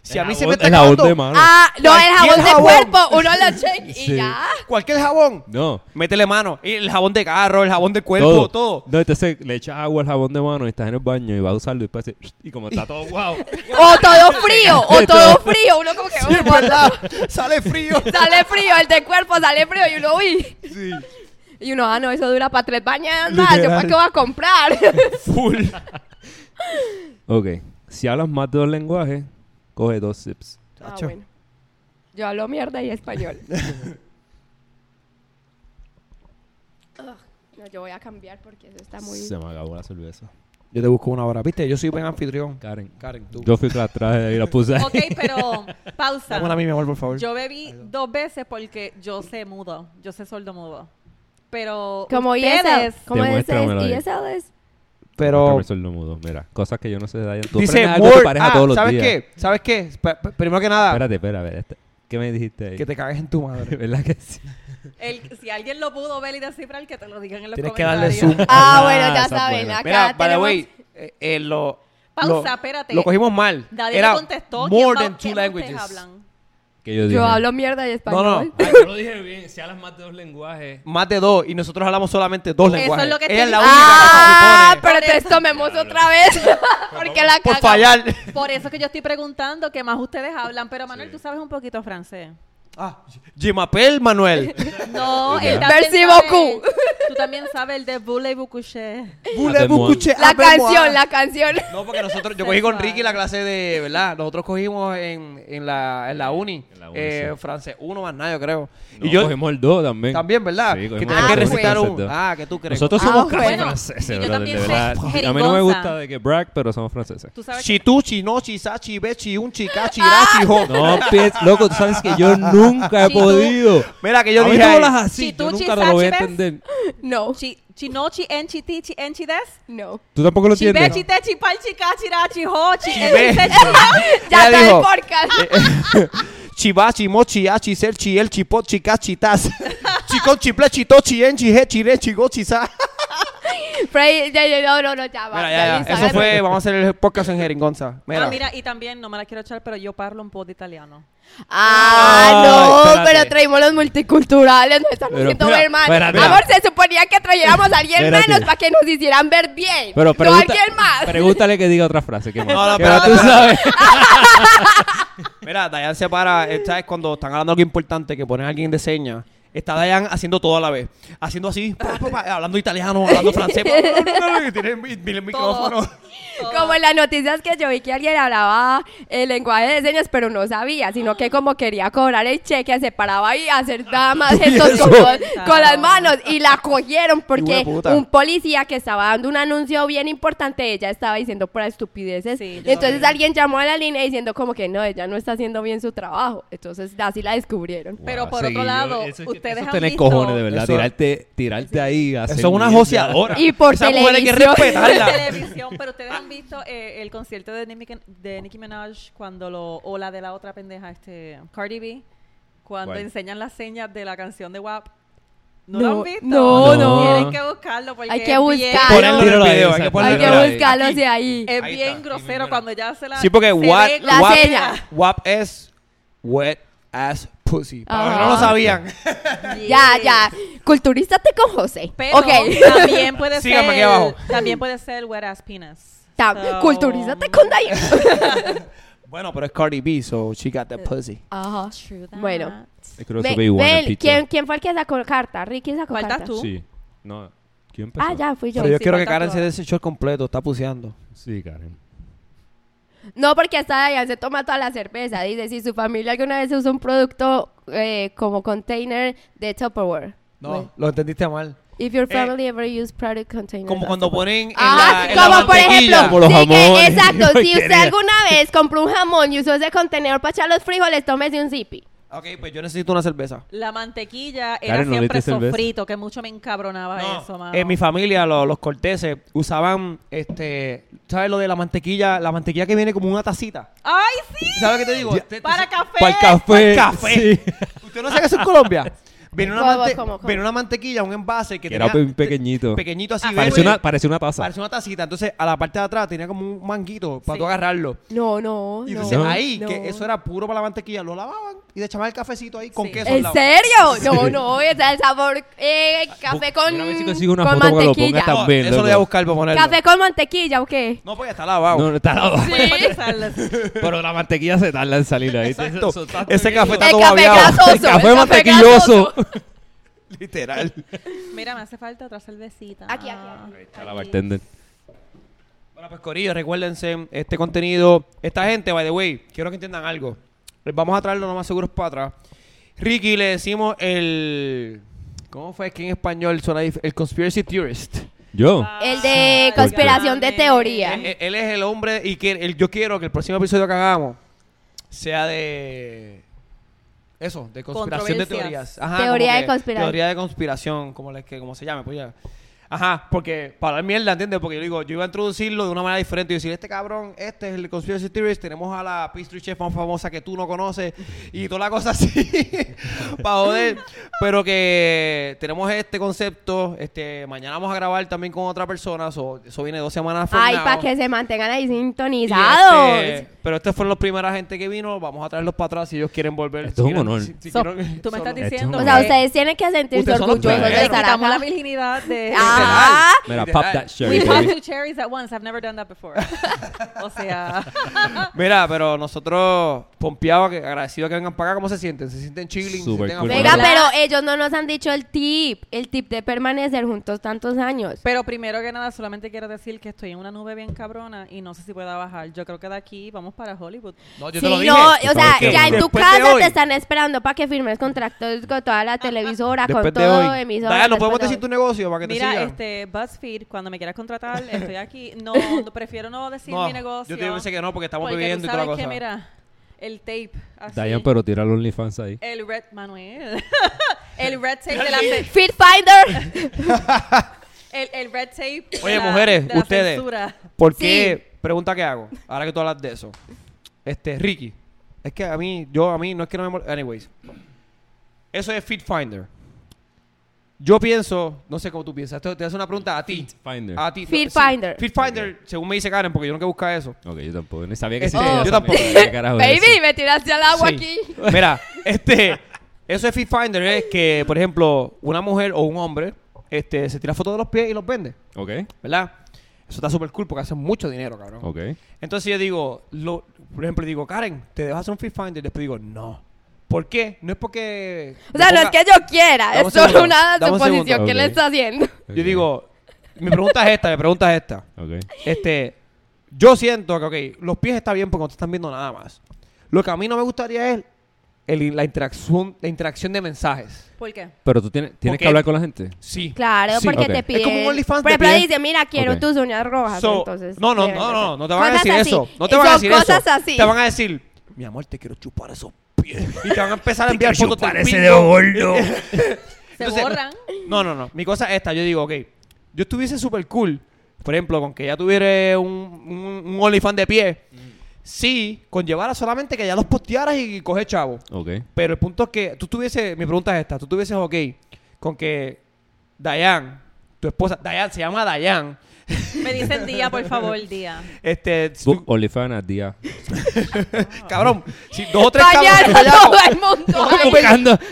Si a mí se me
Jabón-
está
el jabón de
acabando
mano.
Ah, no, el jabón
Cualquier
de
jabón.
cuerpo, uno lo check y
Sí.
ya.
cualquier jabón,
No.
métele mano. Y El jabón de carro, el jabón de cuerpo, todo.
No, entonces le echas agua al jabón de mano y estás en el baño y vas a usarlo y después hace- y como
<laughs>
está
oh,
todo <laughs> guau.
<laughs> O todo frío, o todo frío, uno como que
Sí, es verdad. Sale
<laughs>
frío.
<laughs> sale frío, el de cuerpo sale frío y uno, uy. Y uno, ah, no, eso dura para tres bañadas más, yo para qué voy a
<laughs>
comprar. Ah,
Full.
<laughs> ok. Si hablas más de dos lenguajes, coge dos sips.
ah,
Chacho.
bueno. Yo hablo mierda
<laughs>
y español. Ugh, no, yo voy a cambiar porque eso está muy...
Se me acabó la cerveza.
Yo te busco una hora, ¿viste? Yo soy buen anfitrión.
Karen.
Karen, tú.
Yo fui que la traje y la puse ahí.
<laughs> Ok, pero pausa.
Dámela a mí, mi amor, por favor.
Yo bebí dos veces porque yo sé mudo, yo sé sordo mudo. Pero
Como
ustedes,
ESL, como ESL,
Demuéstramelo ahí.
ESL es
Pero.
Marca Marisol Lomudo, mira. Cosas que yo no sé de Dayan. Tú
Dice
aprendes algo de tu
Word.
pareja
Ah,
todos los
¿Sabes
días.
qué? ¿Sabes qué? Pa- pa- primero que nada,
Espérate, espera, a ver. este- ¿Qué me dijiste ahí?
que te cagues en tu madre.
<laughs> ¿Verdad que sí?
El- si alguien lo pudo ver y descifrar, que te lo digan en los
Tienes que darle
comentarios.
zoom.
Ah,
Ah,
bueno, ya
esa es
saben.
buena.
Acá
Mira, by the
tenemos-
way, eh, eh, lo.
Pausa,
lo-
espérate.
Lo cogimos mal.
Nadie
Era
me contestó. ¿Quién
more
va-
than two
quién de ustedes
languages.
hablan?
Que yo dije.
Yo hablo mierda y español.
No, no.
Ay, yo lo dije bien. Si hablas más de dos lenguajes.
Más de dos y nosotros hablamos solamente dos
Eso es
lenguajes.
lo que
Ella es
te-
la única que se
Ah,
supone
pero
Por
entonces
eso-
tomemos otra vez. Porque la
por
caga.
fallar.
Por eso que yo estoy preguntando qué más ustedes hablan. Pero Manuel, tú sabes un poquito francés.
Ah, Jimapel
<laughs>
Manuel.
No, él
Ya. Merci
también
beaucoup.
sabe, Tú también sabes el de Boule y Boucouché.
La
ah.
canción, la canción. <laughs>
No, porque nosotros, yo cogí con
Sensual.
Ricky la clase de, ¿verdad? Nosotros cogimos en, en, la, en la uni,
En la uni,
eh,
sí.
francés uno más nada, yo creo.
No,
y yo
cogimos el do también.
también, ¿verdad?
Sí,
que
cogimos
tenías
el
que
dos,
recitar
entonces,
un.
dos.
Ah, que tú crees.
Nosotros
Ah,
somos
bueno.
casi
Bueno,
franceses,
y yo
brother,
también
de
soy
verdad. A mí no me
jerigonza.
gusta de que brag, pero somos franceses.
Tú sabes
Si tú, si no, si sa, si ve, si un, si ca, si ra, si jo.
<laughs> No, pies, loco, tú sabes que yo nunca he
Si tú-
podido.
Mira que yo
a mí
dije.
tú
ahí, <laughs>
hablas así,
Si
yo
tú
nunca lo voy a
chisachibes-
entender.
No,
chi, chinochi, enchiti, chi, enchides.
no.
¿Tú tampoco lo
Chibe,
entiendes?
chite, chipal, chica, chirachi, ho, chi,
Chibe.
enchite,
Ya
Ella dijo,
está
eh,
el podcast.
Chivá, chimo, chiá, chisel, chiel, chipot, chicas, <laughs> chitas. Chicón, chiple, chito, chien, chije, chire, chigo, chisa.
<laughs> Freddy, ya, ya, no, no, no, ya va.
Mira, ya, ya. Eso fue, vamos a hacer el podcast en Jeringonza. Mira.
Ah, mira, y también, no me la quiero echar, pero yo parlo un poco de italiano.
Ah,
Ah,
no,
espérate.
pero traímos los multiculturales, nos estamos
Pero
haciendo
espera,
ver mal.
espérate.
Amor, se suponía que trayéramos a alguien
Espérate.
menos para que nos hicieran ver bien.
Pero
no a
pregunta-
alguien más.
pregúntale que diga otra
<laughs>
frase. ¿qué más?
No, no,
Que ahora
espérate,
tú sabes.
Mira, Dayan se para, eh, ¿sabes? Cuando están hablando de algo importante, que ponen a alguien de seña, está Dayan haciendo todo a la vez. Haciendo así, pa, pa, pa, hablando italiano, hablando francés, pa, pa, pa, pa, y tiene mi- mi- el micrófono.
Como en las noticias que yo vi que alguien hablaba el lenguaje de señas, pero no sabía, sino que como quería cobrar el cheque, se paraba y hacer
<laughs>
nada más gestos con, con- con las manos y la cogieron
Hijo de
porque
puta.
un policía que estaba dando un anuncio bien importante, ella estaba diciendo por estupideces.
Sí, yo
Entonces
también.
alguien llamó a la línea diciendo como que no, ella no está haciendo bien su trabajo. Entonces así la descubrieron.
Pero por otro lado, ustedes han
tenés
visto-
cojones, de verdad.
Eso-
Tirarte, tirarte ahí. a hacer
Eso es una
mierda.
joseadora.
Y por
Esa mujer hay que
televisión.
<laughs>
<laughs>
respetarla.
televisión, pero ustedes han visto eh, el concierto de Nicki, de Nicki Minaj cuando lo o la de la otra pendeja este Cardi B cuando
¿Cuál?
enseñan las señas de la canción de WAP.
No,
¿No, lo han visto?
no,
No.
Tienen que buscarlo porque
Hay que
es bien-
buscarlo.
Ponerlo en el
Tíralo
video,
ahí,
hay que
exacto.
ponerlo
Hay
en
que
el video.
buscarlo hacia ahí.
Es
Ahí
bien
está,
grosero
dime,
cuando ya se la
Sí, porque
se
WAP,
ve
La
WAP,
seña.
WAP es wet ass pussy. Para los que no
Ah.
lo sabían.
como-
Ya, ya. Culturízate con José.
Pero
ok.
también puede
<laughs>
ser
Síganme aquí abajo.
también puede ser wet ass penis.
<laughs> Ta-
So-
Culturízate con Dayan.
Bueno, pero es Cardi B, so she got that pussy.
Ajá.
True that.
Bueno.
I could also
Ah. Ve-
be one
ven,
and pizza.
¿quién, quién fue el que sacó carta? Ricky sacó
Faltas
carta.
tú.
Sí. No. ¿Quién empezó?
Ah, ya, fui yo.
Pero yo
sí,
quiero que
falta
Karen se
toda.
dé ese short completo, está puseando.
Sí, Karen.
No, porque hasta Dayan se toma toda la cerveza. Dice, si su familia alguna vez usa un producto eh, como container de Tupperware.
No,
Bueno.
lo entendiste mal.
If your family ever used product container.
Eh, Como
of
cuando
Tupperware.
ponen en
Ah,
la, en la
como por
mantequilla.
ejemplo,
Como los
sí, que-
jamones. <laughs> Yo
exacto, si usted
quería.
alguna vez compró un jamón y usó ese contenedor para echar los frijoles, tómese un zippy.
Ok, pues yo necesito una cerveza.
La mantequilla era
Karen, ¿no le
siempre
diste cerveza?
sofrito, que mucho me encabronaba eso, mano.
En mi familia, lo- los corteses usaban, este, ¿sabes lo de la mantequilla? La mantequilla que viene como una tacita.
¡Ay, sí!
¿Sabes qué te digo? Te- te-
Para café.
Para el
Pues,
café.
Para el café.
Sí.
¿Usted no sabe eso en
<laughs>
Colombia? Viene una,
¿Cómo,
mante-
cómo, cómo?
viene una mantequilla, un envase que
Que era
tenía-
pe- pequeñito.
Pequeñito
Ah,
así.
Parece
verde.
una, parece una taza.
Parecía una tacita. Entonces, a la parte de atrás tenía como un manguito para
Sí.
tú agarrarlo.
No, no,
Y
no.
entonces
No.
ahí,
no.
que eso era puro para la mantequilla, lo lavaban y le echaban el cafecito ahí con
Sí.
queso. al
¿En
lado.
serio? No, no, es el sabor eh, café con,
Mira a ver si consigo una
con
foto para que lo
mantequilla.
pongas
No,
Bien,
Ah, eso lo voy a
loco.
buscar para ponerlo.
¿Café con mantequilla o qué?
No, pues ya está lavado.
No, no está nada.
Puedes utilizarlas.
<laughs>
Pero la mantequilla se tarda en salir ahí.
Exacto.
Eso está-
Ese café está
El
todo
café
babeado.
grasoso.
El café
el
mantequilloso.
Literal.
Mira, me hace falta otra cervecita.
Aquí, aquí, aquí.
Ahí está la bartender.
Bueno, pues Corillo, recuérdense este contenido. Esta gente, by the way, quiero que entiendan algo. Les vamos a traerlo lo más seguros para atrás. Ricky, le decimos el. ¿Cómo fue? Es que en español suena dif- el conspiracy theorist.
Yo.
Ah.
El de conspiración de teoría.
eh,
Él, Eh, él es el hombre y que el- yo quiero que el próximo episodio que hagamos sea de. Eso, de conspiración de
Controversias.
teorías. Ajá,
Teoría
como
de
que-
conspiración.
Teoría de conspiración, como, la que, como se llame, pues ya. Ajá, porque para hablar mierda, ¿entiendes? Porque yo digo, yo iba a introducirlo de una manera diferente y decir, este cabrón, este es el Conspiracy Theorist, tenemos a la pastry chef más famosa que tú no conoces y toda la cosa así, <laughs> para joder. Pero que tenemos este concepto, este, mañana vamos a grabar también con otra persona, so- eso viene dos semanas from
Ay,
now.
para que se mantengan ahí
Pues Y
sintonizados.
este, pero estos fueron los primeros gente que vino, vamos a traerlos para atrás si ellos quieren volver.
Esto es un
Si quieren-
honor.
si- si
So,
quieren-
tú
solo-
me estás
Esto es
diciendo
un
o sea,
ok.
que
ustedes tienen que sentirse
Ustedes son los
orgullosos de Ah.
primeros.
estar
quitamos la
acá.
virginidad de...
Ajá.
Mira,
Literal.
pop that
We
cherry,
pop
baby.
two cherries at once. I've never done that
<laughs>
before. o sea, <laughs>
Mira, pero nosotros, pompeados, que- agradecidos que vengan para acá, ¿cómo se sienten? ¿Se sienten chilling? ¿Se
Super
sienten
cool.
afuera?
Venga,
Claro.
pero ellos no nos han dicho el tip, el tip de permanecer juntos tantos años.
Pues,
pero primero que nada, solamente quiero decir que estoy en una nube bien cabrona y no sé si pueda bajar. Yo creo que de aquí vamos para Hollywood.
No, yo
Sí,
te lo
no,
dije.
o sea,
Porque
ya en tu
después de
casa
hoy-
te están esperando para que firmes contratos con toda la televisora, con
Después de
todo
hoy.
emisor.
Daya, ¿no podemos decir tu negocio para que te
Mira,
sigan?
este, BuzzFeed, cuando me quieras contratar, estoy aquí. No, no, prefiero no decir
No,
mi negocio.
yo te pensé que no, porque estamos
porque tú
viviendo y toda la
sabes
cosa.
que, mira, el tape,
<laughs>
así.
Dayan, pero tira los OnlyFans ahí.
El red, Manuel. <laughs> el red tape de la... ce-
Fit Finder.
El, el red tape de
Oye,
la-
mujeres,
de la
ustedes.
censura.
¿Por qué? Pregunta que hago, ahora que tú hablas de eso. Este, Ricky, es que a mí, yo, a mí, no es que no me mol- Anyways, eso es Fit Finder. Yo pienso, no sé cómo tú piensas, te, te hace una pregunta a ti.
Finder.
A ti.
Fit
sí.
Finder.
Fit Finder, según me dice Karen, porque yo nunca busca eso.
Ok, yo tampoco. Ni sabía que
Este,
existía.
yo
esa
tampoco.
mierda. ¿Qué carajo
<laughs>
es
Baby,
eso?
me tiraste al agua
Sí.
aquí.
<laughs> Mira, este, eso es Fit Finder, es que, por ejemplo, una mujer o un hombre este, se tira fotos de los pies y los vende,
Ok,
¿verdad? Eso está súper cool porque hacen mucho dinero, cabrón.
ok.
Entonces yo digo, lo- por ejemplo, digo, Karen, ¿te dejas hacer un Fit Finder? Después digo, no. ¿Por qué? No es porque...
O sea,
me
no es
ponga-
que yo quiera,
Dame un
es solo
segundo,
una
dame un
suposición
segundo.
que le
Ok.
está haciendo.
Yo digo, mi pregunta es esta, mi pregunta es esta.
Ok.
Este, yo siento que, ok, los pies está bien porque no te están viendo nada más. Lo que a mí no me gustaría es el- la, interacción, la interacción de mensajes.
¿Por qué?
Pero tú tienes, tienes
Porque-
que hablar con la gente.
Sí.
Claro,
Sí.
porque
Ok.
te
Es
como
piden.
un OnlyFans
Por
de
ejemplo,
pie.
dice, mira, quiero
Ok.
tus uñas rojas.
So,
entonces,
no, no,
deben
no,
hacer.
no, no te van a
Cosas
decir
así.
eso. No te van a
Son
decir
cosas
eso.
así.
Te van a decir, mi amor, te quiero chupar esos pies. Y te van a empezar a enviar fotos del pingo. <laughs>
Se
Entonces,
borran.
No, no, no. Mi cosa es esta. Yo digo, ok, yo estuviese súper cool, por ejemplo, con que ya tuviera un, un, un OnlyFans de pie. Sí, conllevara solamente que ya los postearas y coge chavo.
Ok.
Pero el punto es que tú tuvieses, mi pregunta es esta, tú tuvieses ok con que Dayan, tu esposa, Dayan se llama Dayan,
Me dicen día, por favor,
<laughs>
día.
este,
Book
tú-
OnlyFans a día.
cabrón, si dos o tres cabros,
Mañana <laughs> todo
bellacos,
el mundo.
Dos-
ahí.
dos,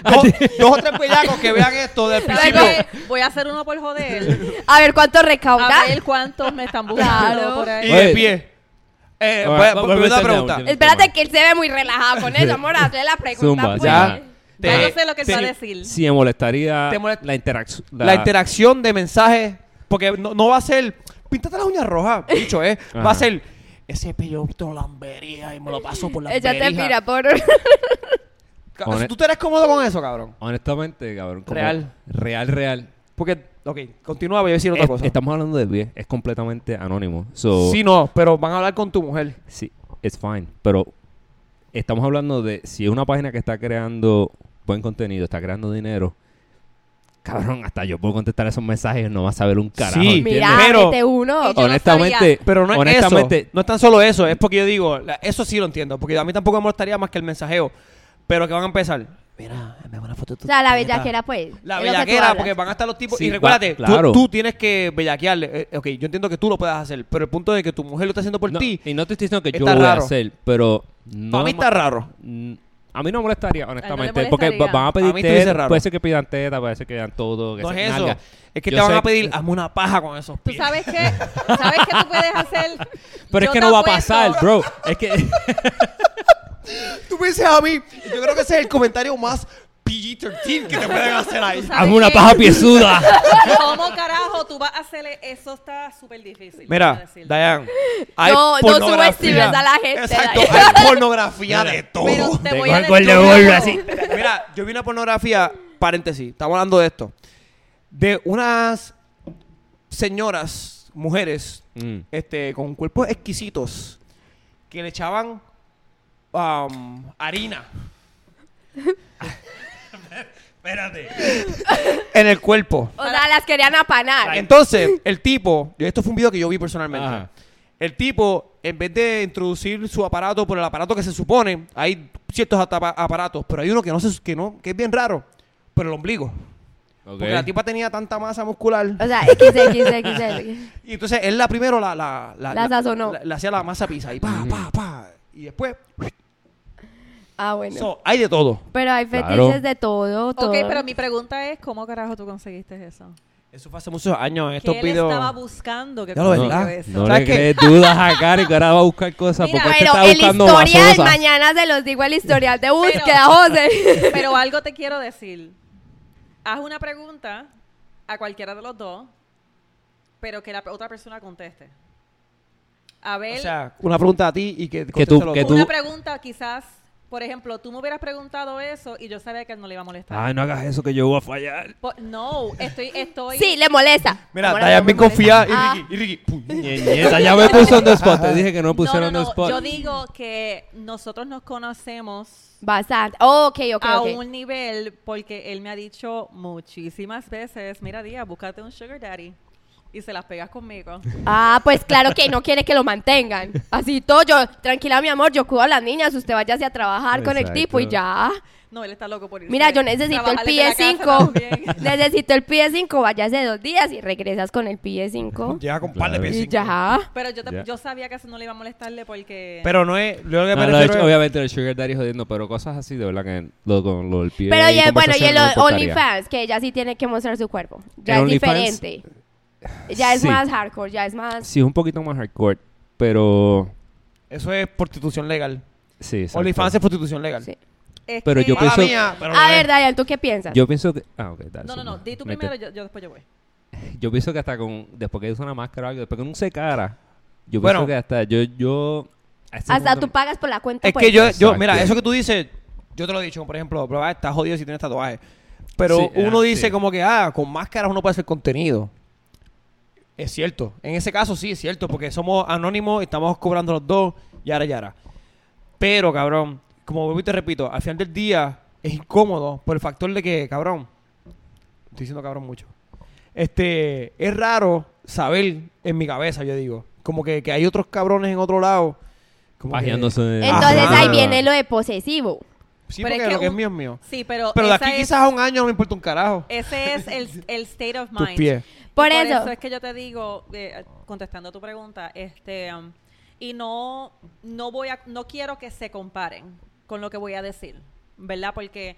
dos o tres bellacos que vean esto del
¿Sabes
principio.
qué? Voy a hacer uno por joder.
A ver cuánto
A
recauda.
ver cuántos me están buscando
Claro.
por ahí.
Y de
Oye.
pie. Eh,
Ahora,
voy a-
va-
voy a
vuelve
hacer una
a hacer la
pregunta.
última.
Espérate que él se ve muy relajado con eso, amor. Hazle la pregunta.
Zumba,
pues.
Ya.
Ya
Te-
yo sé lo que él va a decir.
Si me molestaría
Te molest-
la interacción.
la interacción de mensajes. Porque no, no va a ser. Píntate las uñas rojas, bicho, ¿eh? Va a
Ajá.
ser. Ese pello te lo lambería y me lo paso por la
Ella te
berija".
mira por.
Ca-
Hone-
¿Tú te eres cómodo con eso, cabrón?
Honestamente, cabrón. como-
Real.
Real, real.
Porque, ok, continúa, voy a decir otra
Es-
cosa.
Estamos hablando de pie. Es completamente anónimo. So,
Sí, no, pero van a hablar con tu mujer.
Sí, it's fine. Pero estamos hablando de si es una página que está creando buen contenido, está creando dinero. Cabrón, hasta yo puedo contestar esos mensajes, no va a saber un carajo.
Sí.
¿entiendes?
<laughs> Mira,
Pero-
mete uno.
yo no
honestamente,
Pero no es
honestamente,
eso. No es tan solo eso. Es porque yo digo, la- eso sí lo entiendo. Porque a mí tampoco me molestaría más que el mensajeo. Pero que van a empezar. Mira, me una foto de
O
tu
sea,
teta".
la bellaquera,
La
pues. es lo que tú
bellaquera,
hablas.
porque van a estar los tipos.
Sí,
y recuérdate,
va-
tú-
claro.
tú, tienes que bellaquearle. Eh, ok, yo entiendo que tú lo puedas hacer, pero el punto de que tu mujer lo está haciendo por
no-
ti,
y no te estoy diciendo que yo
Está
lo voy
raro.
a hacer, pero no
a mí
me-
está raro.
Mm, A mí no me molestaría, honestamente,
molestaría.
porque va- van a pedir
A mí tú dices
teta,
raro.
puede ser que pidan teta, puede ser que pidan todo, que
No
sea
es eso.
nalga.
Es que
Yo
te van
sé-
a pedir, hazme una paja con esos
¿Tú
pies.
sabes qué? ¿Sabes qué tú puedes hacer?
Pero
Yo
es que
te
no va a
apuesto-
pasar, bro. Es
<laughs>
que
Tú me dices a mí, yo creo que ese es el comentario más PG-13 que te pueden hacer ahí.
sabes
hazme una
qué?
paja
<laughs>
piezuda.
¿Cómo carajo tú vas a hacerle? Eso está súper difícil. déjame
Mira,
decirlo.
Dayan, hay
No, no
pornografía.
subestimes a la gente, <laughs>
Exacto,
Dayan.
hay pornografía de todo.
Pero te
De
voy a
gol, gol de
yo te
gol,
hago-
así.
Mira, yo vi una pornografía, paréntesis, estamos hablando de esto. De unas señoras, mujeres,
Mm.
este, con cuerpos exquisitos, que le echaban um, harina.
Espérate.
en el cuerpo.
<laughs> O sea, las querían apanar.
Entonces, el tipo, y esto fue un video que yo vi personalmente.
Ajá.
El tipo, en vez de introducir su aparato por el aparato que se supone, hay ciertos atapa- aparatos, pero hay uno que no se, que no, que es bien raro, pero el ombligo.
Ok.
Porque la tipa tenía tanta masa muscular.
O sea, XXXX.
Y entonces él la primero la la,
La sazonó.
la- le hacía la masa pizza y pa, pa, pa. Y después,
Ah, bueno.
so, hay de todo.
pero hay
Claro.
fetiches de todo, todo.
Ok, pero mi pregunta es, ¿cómo carajo tú conseguiste eso?
Eso fue hace muchos años en estos
¿Qué él
videos.
estaba buscando que
Ya
Pues
lo ves,
consiguió
¿verdad?
eso?
No
¿Sabes
le
qué?
crees dudas a Cari que ahora va a buscar cosas
Mira,
porque él pues
Pero
te está
el
buscando
historial,
basura.
mañana se los digo el historial <laughs> de búsqueda, <laughs> José.
Pero algo te quiero decir. Haz una pregunta a cualquiera de los dos, pero que la pe- otra persona conteste. A ver,
O sea, Ah, una pregunta a ti y que
Que tú-
contéstalo
que
una
tú-
pregunta quizás, por ejemplo, tú me hubieras preguntado eso y yo sabía que no le iba a molestar.
Ay, no hagas eso que yo voy a fallar.
Po- no, estoy, estoy...
Sí, le molesta.
Mira,
Ahora
Dayan
no
bien
me molesta.
confía
Ah.
y Ricky, y Ricky. puñeta.
Nieta, ya me puso en the spot. Te dije que no me
no,
pusieron
no,
en
no,
the spot.
yo digo que nosotros nos conocemos
Bastante. Oh, ok, ok,
a
ok.
un nivel porque él me ha dicho muchísimas veces, mira Día, búscate un sugar daddy y se las pegas
<laughs>
conmigo.
Ah, pues claro que no quiere que lo mantengan. Así todo, yo, tranquila, mi amor, yo cuido a las niñas, usted váyase a trabajar con el
Exacto.
tipo y ya.
No, él está loco por irse.
Mira, yo necesito el
Trabajar desde la casa
PS5. <laughs>
también.
necesito el E PS5, váyase dos días y regresas con el
<laughs>
PS5.
Llega con par de
Claro.
veces.
Ah. Y ya.
Pero yo, te-
Ya.
yo sabía que eso no le iba a molestarle porque...
Pero no es. Yo lo que me
No, no,
refiero
de hecho,
es-
obviamente el Sugar Daddy jodiendo, pero cosas así de verdad que lo, con lo del pie.
Pero
y
ya, bueno, y
conversación
el
no me importaría.
OnlyFans, que ella sí tiene que mostrar su cuerpo. Ya
El
es
OnlyFans,
diferente. Ya es
sí.
más hardcore, ya es más.
Sí, es un poquito más hardcore, pero.
Eso es prostitución legal.
Sí, exacto.
OnlyFans es prostitución legal.
Sí.
es
pero yo
Mala
pienso-
mía, pero
A
no es.
ver, Dayan, ¿tú qué piensas?
Yo pienso que. Ah, ok, dale.
No, no, no,
suma.
di tú
Mete.
primero, yo, yo después yo voy.
Yo pienso que hasta con. Después que usa una máscara o algo, después que uno se cara. Yo pienso
Bueno.
que hasta. Yo. yo a este
Hasta
punto-
tú pagas por la cuenta.
Es
pues.
que yo, yo,
Exacto.
mira, eso que tú dices, yo te lo he dicho, por ejemplo, pero ah, está jodido si tienes tatuaje. Pero
Sí,
uno
ah,
dice
sí.
como que, ah, con máscaras uno puede hacer contenido. Es cierto. En ese caso sí es cierto, porque somos anónimos, estamos cobrando los dos, yara, yara. Pero, cabrón, como vuelvo y te repito, al final del día es incómodo por el factor de que, cabrón, estoy diciendo cabrón mucho. Este, es raro saber en mi cabeza, yo digo, como que, que hay otros cabrones en otro lado. como que-
Pajeándose.
Entonces
Ajá.
ahí viene lo de posesivo.
Sí,
Pero
porque
es que
lo que es
un-
mío es mío.
Sí, pero,
Pero de
esa
aquí
es- Eh,
quizás a un año no me importa un carajo.
Ese es el, el state of
Tus
mind.
pies.
Y
Por eso.
es que yo te digo, eh, contestando tu pregunta, este, um, y no, no voy a, no quiero que se comparen con lo que voy a decir, ¿verdad? Porque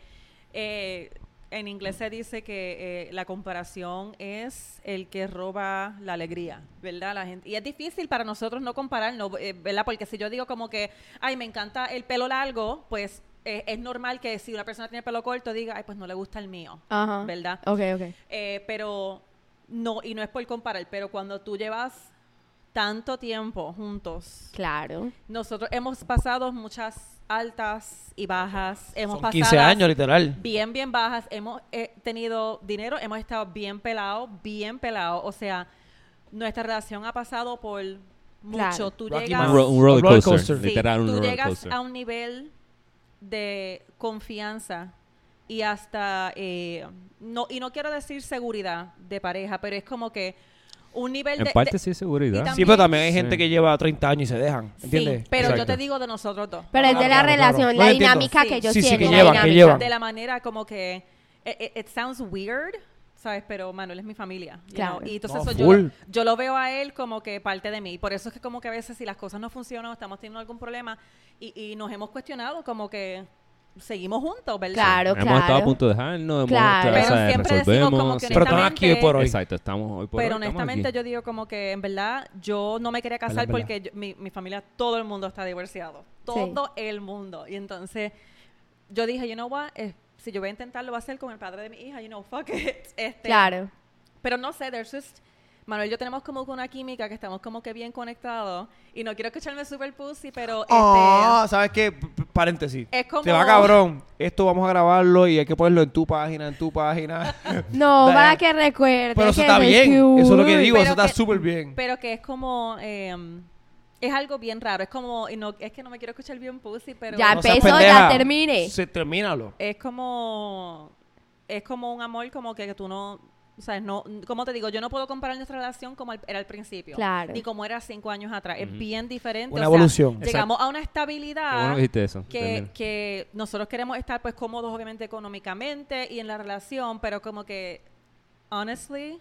eh, en inglés se dice que eh, la comparación es el que roba la alegría, ¿verdad? La gente, y es difícil para nosotros no compararnos, eh, ¿verdad? Porque si yo digo como que, ay, me encanta el pelo largo, pues eh, es normal que si una persona tiene pelo corto diga, ay, pues no le gusta el mío,
Ajá.
¿verdad?
Ok, ok.
Eh, pero no, y no es por comparar, pero cuando tú llevas tanto tiempo juntos,
Claro.
nosotros hemos pasado muchas altas y bajas, hemos
Son
pasado
15 años, literal.
bien, bien bajas, hemos eh, tenido dinero, hemos estado bien pelados, bien pelados, o sea, nuestra relación ha pasado por mucho.
Claro.
Tú
Rocky
llegas,
Un, ro- un roller
Roller
coaster.
coaster.
Sí,
Literal, un
tú
roller
llegas
coaster.
a un nivel de confianza y hasta eh, no y no quiero decir seguridad de pareja, pero es como que un nivel
En
de,
parte
de-
sí, seguridad.
también-
Sí, pero también hay
Sí.
gente que lleva 30 años y se dejan.
sí,
¿Entiendes?
pero yo
Exacto.
te digo de nosotros dos.
Pero es
Claro,
de la
claro,
relación,
claro.
la
No, entiendo.
dinámica
Sí.
que ellos
Sí, sí,
tienen.
que
la
llevan, que
dinámica.
llevan.
de la manera como que it, it- it sounds weird sabes pero Manuel es mi familia you
Claro.
know, y entonces
No,
eso yo,
full.
lo- yo lo veo a él como que parte de mí por eso es que como que a veces si las cosas no funcionan o estamos teniendo algún problema y, y nos hemos cuestionado como que seguimos juntos verdad
Claro,
hemos
claro.
estado a punto de dejarnos, hemos
Claro.
estado-
pero
o sea,
siempre decimos como
resolvemos.
que
Pero estamos aquí hoy
honestamente-
por hoy.
Exacto, estamos hoy por
pero
hoy, estamos
honestamente
aquí.
yo digo como que en verdad yo no me quería casar
Verdad,
porque yo- mi, mi familia, todo el mundo está divorciado. Todo el mundo. Y entonces yo dije, you know what, eh, si yo voy a intentarlo, va a ser con el padre de mi hija, you know, fuck it. <laughs> Este,
Claro.
Pero no sé, there's just... Manuel y yo tenemos como que una química que estamos como que bien conectados y no quiero escucharme super pussy, pero este,
Ah, ¿sabes qué? P- p- Paréntesis.
Es como-
Te va cabrón. Esto vamos a grabarlo y hay que ponerlo en tu página, en tu página. <laughs>
No,
Dayan.
para que recuerde.
pero eso
que
está
es
bien.
cute.
Eso es lo que digo.
pero
Eso está
que-
súper bien.
pero que es como eh, es algo bien raro, es como y no es que no me quiero escuchar bien pussy, pero
Ya
seas
empezó, ya
pendeja.
termine.
Se, termínalo.
es como es como un amor como que, que tú no, o sea, no, como te digo, yo no puedo comparar nuestra relación como al- era al principio.
Claro.
Ni como era cinco años atrás. Es
Ujú.
bien diferente.
Una
o sea,
evolución.
llegamos a una
Qué bueno
estabilidad
que dijiste eso.
que,
Daniela.
que nosotros queremos estar pues cómodos obviamente económicamente y en la relación, pero como que honestly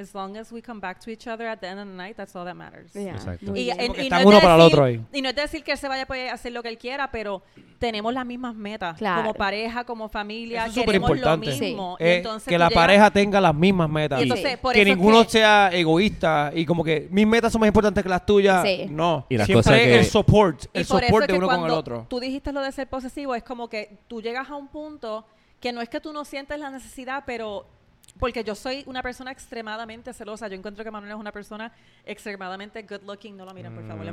as long as we come back to each other at the end of the night, that's all that matters.
Ya,
Exacto.
muy
Y,
bien.
y-
porque
y
están
no es
uno
de
para el
decir-
otro ahí.
Y no es decir que él se vaya pues, a poder hacer lo que él quiera, pero tenemos las mismas metas.
Claro.
Como pareja, como familia,
Eso es
queremos lo
superimportante.
mismo.
Eh,
Y entonces
que
tú
la
llegas-
pareja tenga las mismas metas.
Y entonces, por
que
eso es
ninguno
que-
sea egoísta y como que mis metas son más importantes que las tuyas.
Sí.
No.
Y las
Siempre
cosas que-
el support,
Y
el
por eso es
soporte
que
uno con el
cuando
otro.
Tú dijiste lo de ser posesivo, es como que tú llegas a un punto que no es que tú no sientes la necesidad, pero porque yo soy una persona extremadamente celosa. Yo encuentro que Manuel es una persona extremadamente good looking. No lo miren, por
Mm.
favor.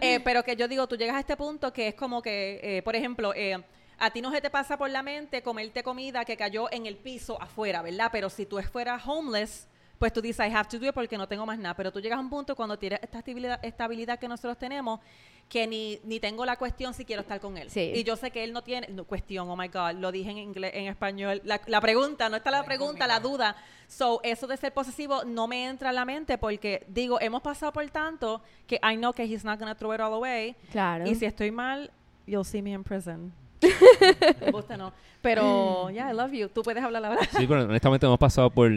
Eh, pero que yo digo, tú llegas a este punto que es como que, eh, por ejemplo, eh, a ti no se te pasa por la mente comerte comida que cayó en el piso afuera, ¿verdad? Pero si tú fueras homeless, pues tú dices, I have to do it porque no tengo más nada. Pero tú llegas a un punto cuando tienes esta estabilidad, estabilidad que nosotros tenemos, que ni, ni tengo la cuestión si quiero estar con él.
Sí.
Y yo sé que él no tiene, no, cuestión, oh my God, lo dije en inglés, en español. La, la pregunta, no está la pregunta, la duda. So, eso de ser posesivo no me entra a la mente porque, digo, hemos pasado por tanto que I know que he's not gonna throw it all away.
Claro.
Y si estoy mal, you'll see me in prison. Usted no. Pero, yeah, I love you. Tú puedes hablar la verdad.
Sí, pero honestamente hemos pasado por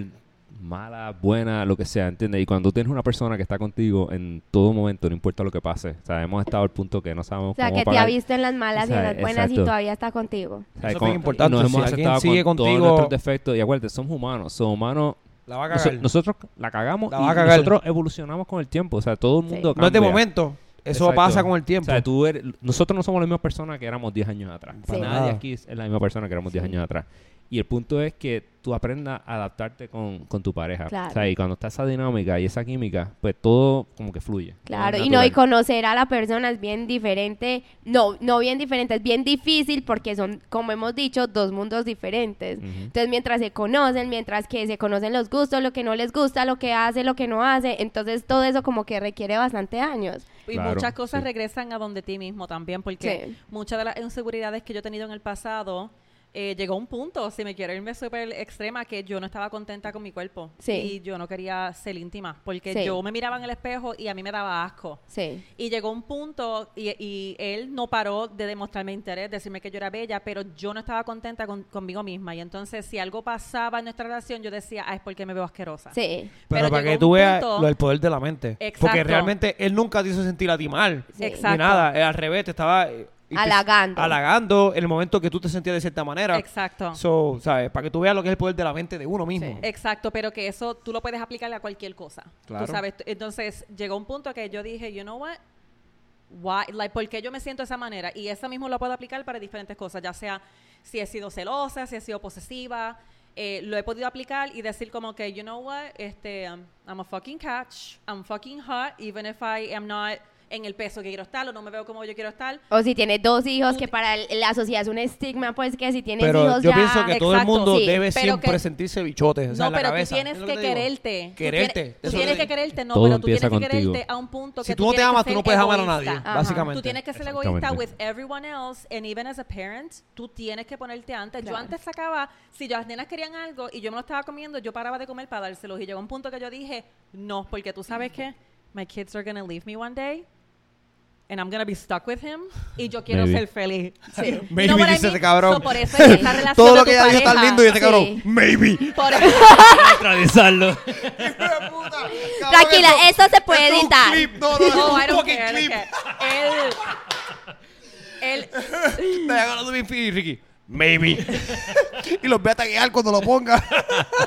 mala, buena, lo que sea, ¿entiendes? Y cuando tú tienes una persona que está contigo en todo momento, no importa lo que pase, o sea, hemos estado al punto que no sabemos
O sea,
cómo
que te
parar.
ha visto en las malas y en las
Exacto.
buenas y todavía está contigo.
O sea,
Eso es
con-
bien importante,
Nos
si
hemos
alguien
aceptado
sigue
con todos
contigo-
nuestros defectos. Y acuérdate, somos humanos. Somos humanos.
La va a
Noso-
cagar.
nosotros la cagamos
La
y
va a cagar.
nosotros evolucionamos con el tiempo. O sea, todo el
Sí.
mundo
no es de
cambia.
momento. Eso
Exacto.
pasa con el
O
tiempo.
sea, tú eres- nosotros no somos la misma persona que éramos 10 años atrás.
Sí.
Nadie
Ah.
aquí es la misma persona que éramos 10 años atrás. Y el punto es que tú aprendas a adaptarte con, con tu pareja.
Claro.
O sea, y cuando está esa dinámica y esa química, pues todo como que fluye.
Claro,
Es
y no, y
natural.
conocer a la persona es bien diferente, no, no bien diferente, es bien difícil porque son, como hemos dicho, dos mundos diferentes.
Ujú.
Entonces, mientras se conocen, mientras que se conocen los gustos, lo que no les gusta, lo que hace, lo que no hace, entonces todo eso como que requiere bastante años.
Y
Claro,
muchas cosas
sí.
regresan a donde ti mismo también, porque
Sí.
muchas de las inseguridades que yo he tenido en el pasado, eh, llegó un punto, si me quiero irme súper extrema, que yo no estaba contenta con mi cuerpo.
Sí.
Y yo no quería ser íntima, porque
Sí.
yo me miraba en el espejo y a mí me daba asco.
Sí.
Y llegó un punto y, y él no paró de demostrarme interés, decirme que yo era bella, pero yo no estaba contenta con- conmigo misma. Y entonces, si algo pasaba en nuestra relación, yo decía, ah, es porque me veo asquerosa.
Sí.
pero,
pero
para
llegó
que
un
tú veas
punto-
lo del poder de la mente. Porque
Exacto.
realmente él nunca te hizo sentir a ti mal.
Sí.
Ni nada. eh, Al revés, te estaba... eh, y te-
Halagando.
halagando en el momento que tú te sentías de cierta manera.
Exacto.
So, ¿sabes? Para que tú veas lo que es el poder de la mente de uno mismo.
Exacto, pero que eso tú lo puedes aplicar a cualquier cosa.
Claro.
Tú sabes, t- entonces llegó un punto que yo dije, you know what? Why? Like, ¿Por qué yo me siento de esa manera? Y eso mismo lo puedo aplicar para diferentes cosas, ya sea si he sido celosa, si he sido posesiva, eh, lo he podido aplicar y decir como que, you know what, este, um, I'm a fucking catch, I'm fucking hot, even if I am not en el peso que quiero estar o no me veo como yo quiero estar.
O si tienes dos hijos, que para el- la sociedad es un estigma, pues que si tienes
Pero
hijos
yo
ya...
pienso que todo el
Exacto.
mundo
Sí,
debe
pero
siempre
que-
sentirse bichotes. o sea,
no,
en la
pero
cabeza.
tú tienes
Es lo
que
te digo.
quererte. Tú
Quererte.
tienes- Tú
Eso
tienes
es-
que quererte, no,
Todo
pero tú tienes
empieza
que
contigo.
quererte a un punto que
Si tú no te amas, tú no puedes amar a nadie,
egoísta. Ah,
Ajá.
básicamente.
Tú tienes que ser egoísta with
Exactamente.
everyone else and even as a parent, tú tienes que ponerte antes.
Claro.
Yo antes sacaba, si yo- las nenas querían algo y yo me lo estaba comiendo, yo paraba de comer para dárselos y llegó un punto que yo dije, no, porque tú sabes que my kids are gonna leave me one day and I'm gonna be stuck with him y yo quiero
Maybe.
ser feliz.
Sí.
You know
Maybe
what I
dice
mean?
ese cabrón.
So, por eso es que
<laughs>
esa relación
Todo
de
lo que
tu
ella dice está
pareja-
lindo y este
Sí.
cabrón.
<laughs>
Maybe.
Por eso-
Neutralizarlo.
Tranquila, esto se puede
esto es un
editar.
clip.
<laughs>
No, no, es <laughs>
No, Oh, I
un
don't
fucking
care, I don't
clip.
care. Él, él,
Te agarrando mi y Ricky.
<laughs>
Maybe. y los voy a taguear cuando lo ponga.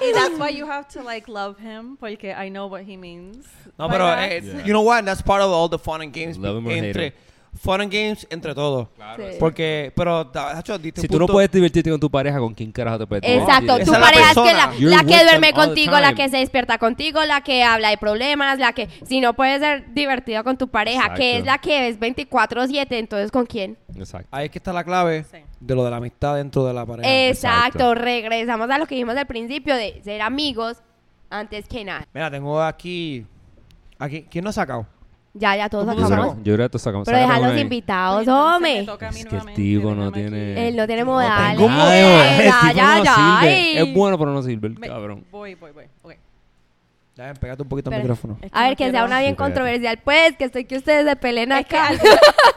y that's why you have to like love him porque I know what he means.
No,
by
pero,
that.
eh, you know what? That's part of all the fun and games.
Love him or hate
entre,
him.
fun and games entre todos.
Sí.
Porque, pero, ta- Nacho, diste
si
un
tú no
punto-
puedes divertirte con tu pareja, ¿con quién carajo te puedes
Exacto,
divertir?
tu
Esa es la
pareja es que
persona.
la,
You're
la
with
que duerme
them all the
contigo, la
time.
que se despierta contigo, la que habla de problemas, la que si no puede ser divertido con tu pareja, que
Exacto.
es la que es 24/7, entonces ¿con quién?
Exacto.
Ahí es que está la clave
Sí.
de lo de la amistad dentro de la pareja.
exacto,
exacto.
regresamos a lo que dijimos al principio de ser amigos antes que nada.
Mira, tengo aquí, aquí, ¿quién no ha sacado?
Ya, ya todos
Yo
Vamos.
acabamos.
creo- yo creo que tú sacamos.
Pero
sácalo
deja
con
los
ahí.
invitados,
Pues, Entonces me
hombre.
toca a mí
Es que el
nuevamente,
tipo no
déjame
tiene-
aquí.
Él no tiene
Dale,
modales.
tengo
dale,
Ya,
ese tipo
ya,
no
ya,
sirve.
ay.
Es bueno, pero no sirve el
Me-
cabrón.
Voy, voy, voy. Ok.
Ya, ven, pégate un poquito al
Pero-
micrófono.
Es
A ver, que
no
sea
quiero-
una bien
Sí, cállate.
controversial, pues, que estoy que ustedes se peleen
Es que
acá.
algo-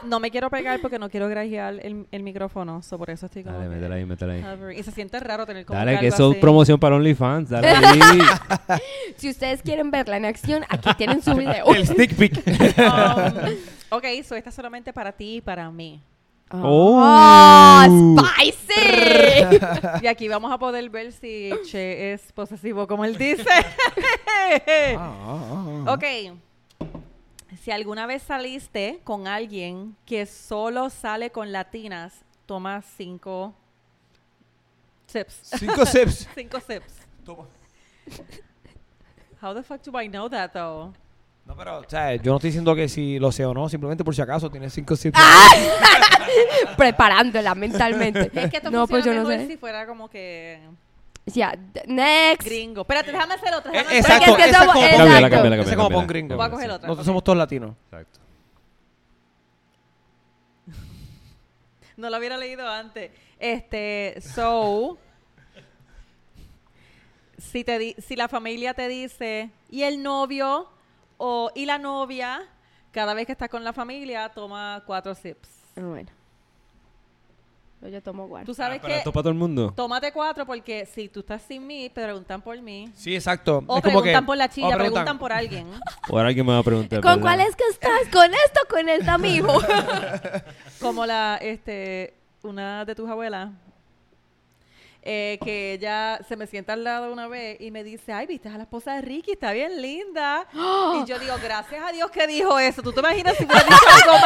no me quiero pegar porque no quiero grajear el, el micrófono, so por eso estoy como
Dale,
que-
métela ahí, métela ahí.
Y se siente raro tener como
Dale, que
algo
eso es
así.
promoción para OnlyFans. Dale ahí.
Si ustedes quieren verla en acción, aquí tienen su video.
El stick pick.
Um, ok, so esta es solamente para ti y para mí.
¡Oh! ¡Spicy!
Y aquí vamos a poder ver si Che es posesivo como él dice.
Ah,
ok. Si alguna vez saliste con alguien que solo sale con latinas, toma cinco sips.
Cinco sips.
cinco sips.
Toma.
How the fuck do I know that though?
No, pero, o sea, yo no estoy diciendo que si lo sé o no, simplemente por si acaso tienes cinco sips.
Ah,
Preparándola mentalmente.
Es que esto
no, pues yo
funciona
no
mejor
sé.
si fuera como que
Ya, next.
gringo. Espérate, déjame hacer otra.
Eh,
déjame hacer
exacto,
Porque es
esa
que
es
somos-
como
Cámbiala,
para un
cámbiala,
gringo. Esa es como para un gringo.
Voy a coger otra.
Nosotros
ok.
somos todos latinos.
Exacto.
No lo hubiera leído antes. Este, so. si, te di- si la familia te dice, y el novio o y la novia, cada vez que estás con la familia, toma cuatro sips.
Ah, Bueno. Yo- Yo tomo guarda.
Tú sabes
Pero
que.
esto es para todo el mundo.
Tómate cuatro porque si tú estás sin mí, te preguntan por mí.
Sí, exacto.
O
Es como
preguntan
que-
por la
o
chilla, preguntan por alguien.
Ahora alguien me va a preguntar.
¿Con
¿verdad?
cuál es que estás? ¿Con esto o con esta,
<laughs>
mijo?
Como la, este, una de tus abuelas, eh, que ella se me sienta al lado una vez y me dice, ay, viste a la esposa de Ricky, está bien linda. Y yo digo, gracias a Dios que dijo eso. ¿Tú te imaginas si hubiera dicho algo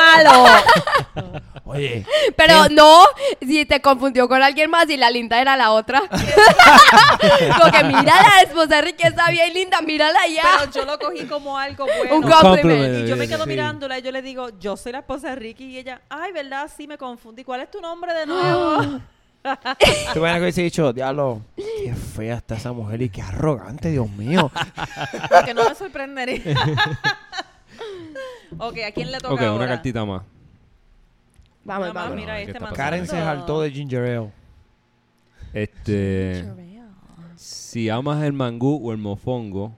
malo?
<laughs>
Oye,
<laughs> Pero no, si te confundió con alguien más y la linda era la
<laughs>
otra. <laughs> Porque mira la esposa de Ricky está bien linda, mírala ya.
Pero yo lo cogí como algo bueno.
Un compliment.
Y yo me quedo
Eh, sí.
mirándola y yo le digo, yo soy la esposa de Ricky. Y ella, ay, ¿verdad? Sí, me confundí. ¿Cuál es tu nombre
<gasps>
de nuevo?
te voy a decir dicho,
<laughs>
diablo, qué fea está esa mujer y qué arrogante, Dios
<laughs>
mío.
Porque no
<laughs>
me sorprendería. ok, ¿a quién le toca
Ok, una
ahora?
cartita más.
Vamos,
Nada más,
vamos.
Bueno,
mira,
¿qué
este
está
man-
pasando?
Karen se saltó de ginger ale.
Este. Si amas el mangú o el mofongo,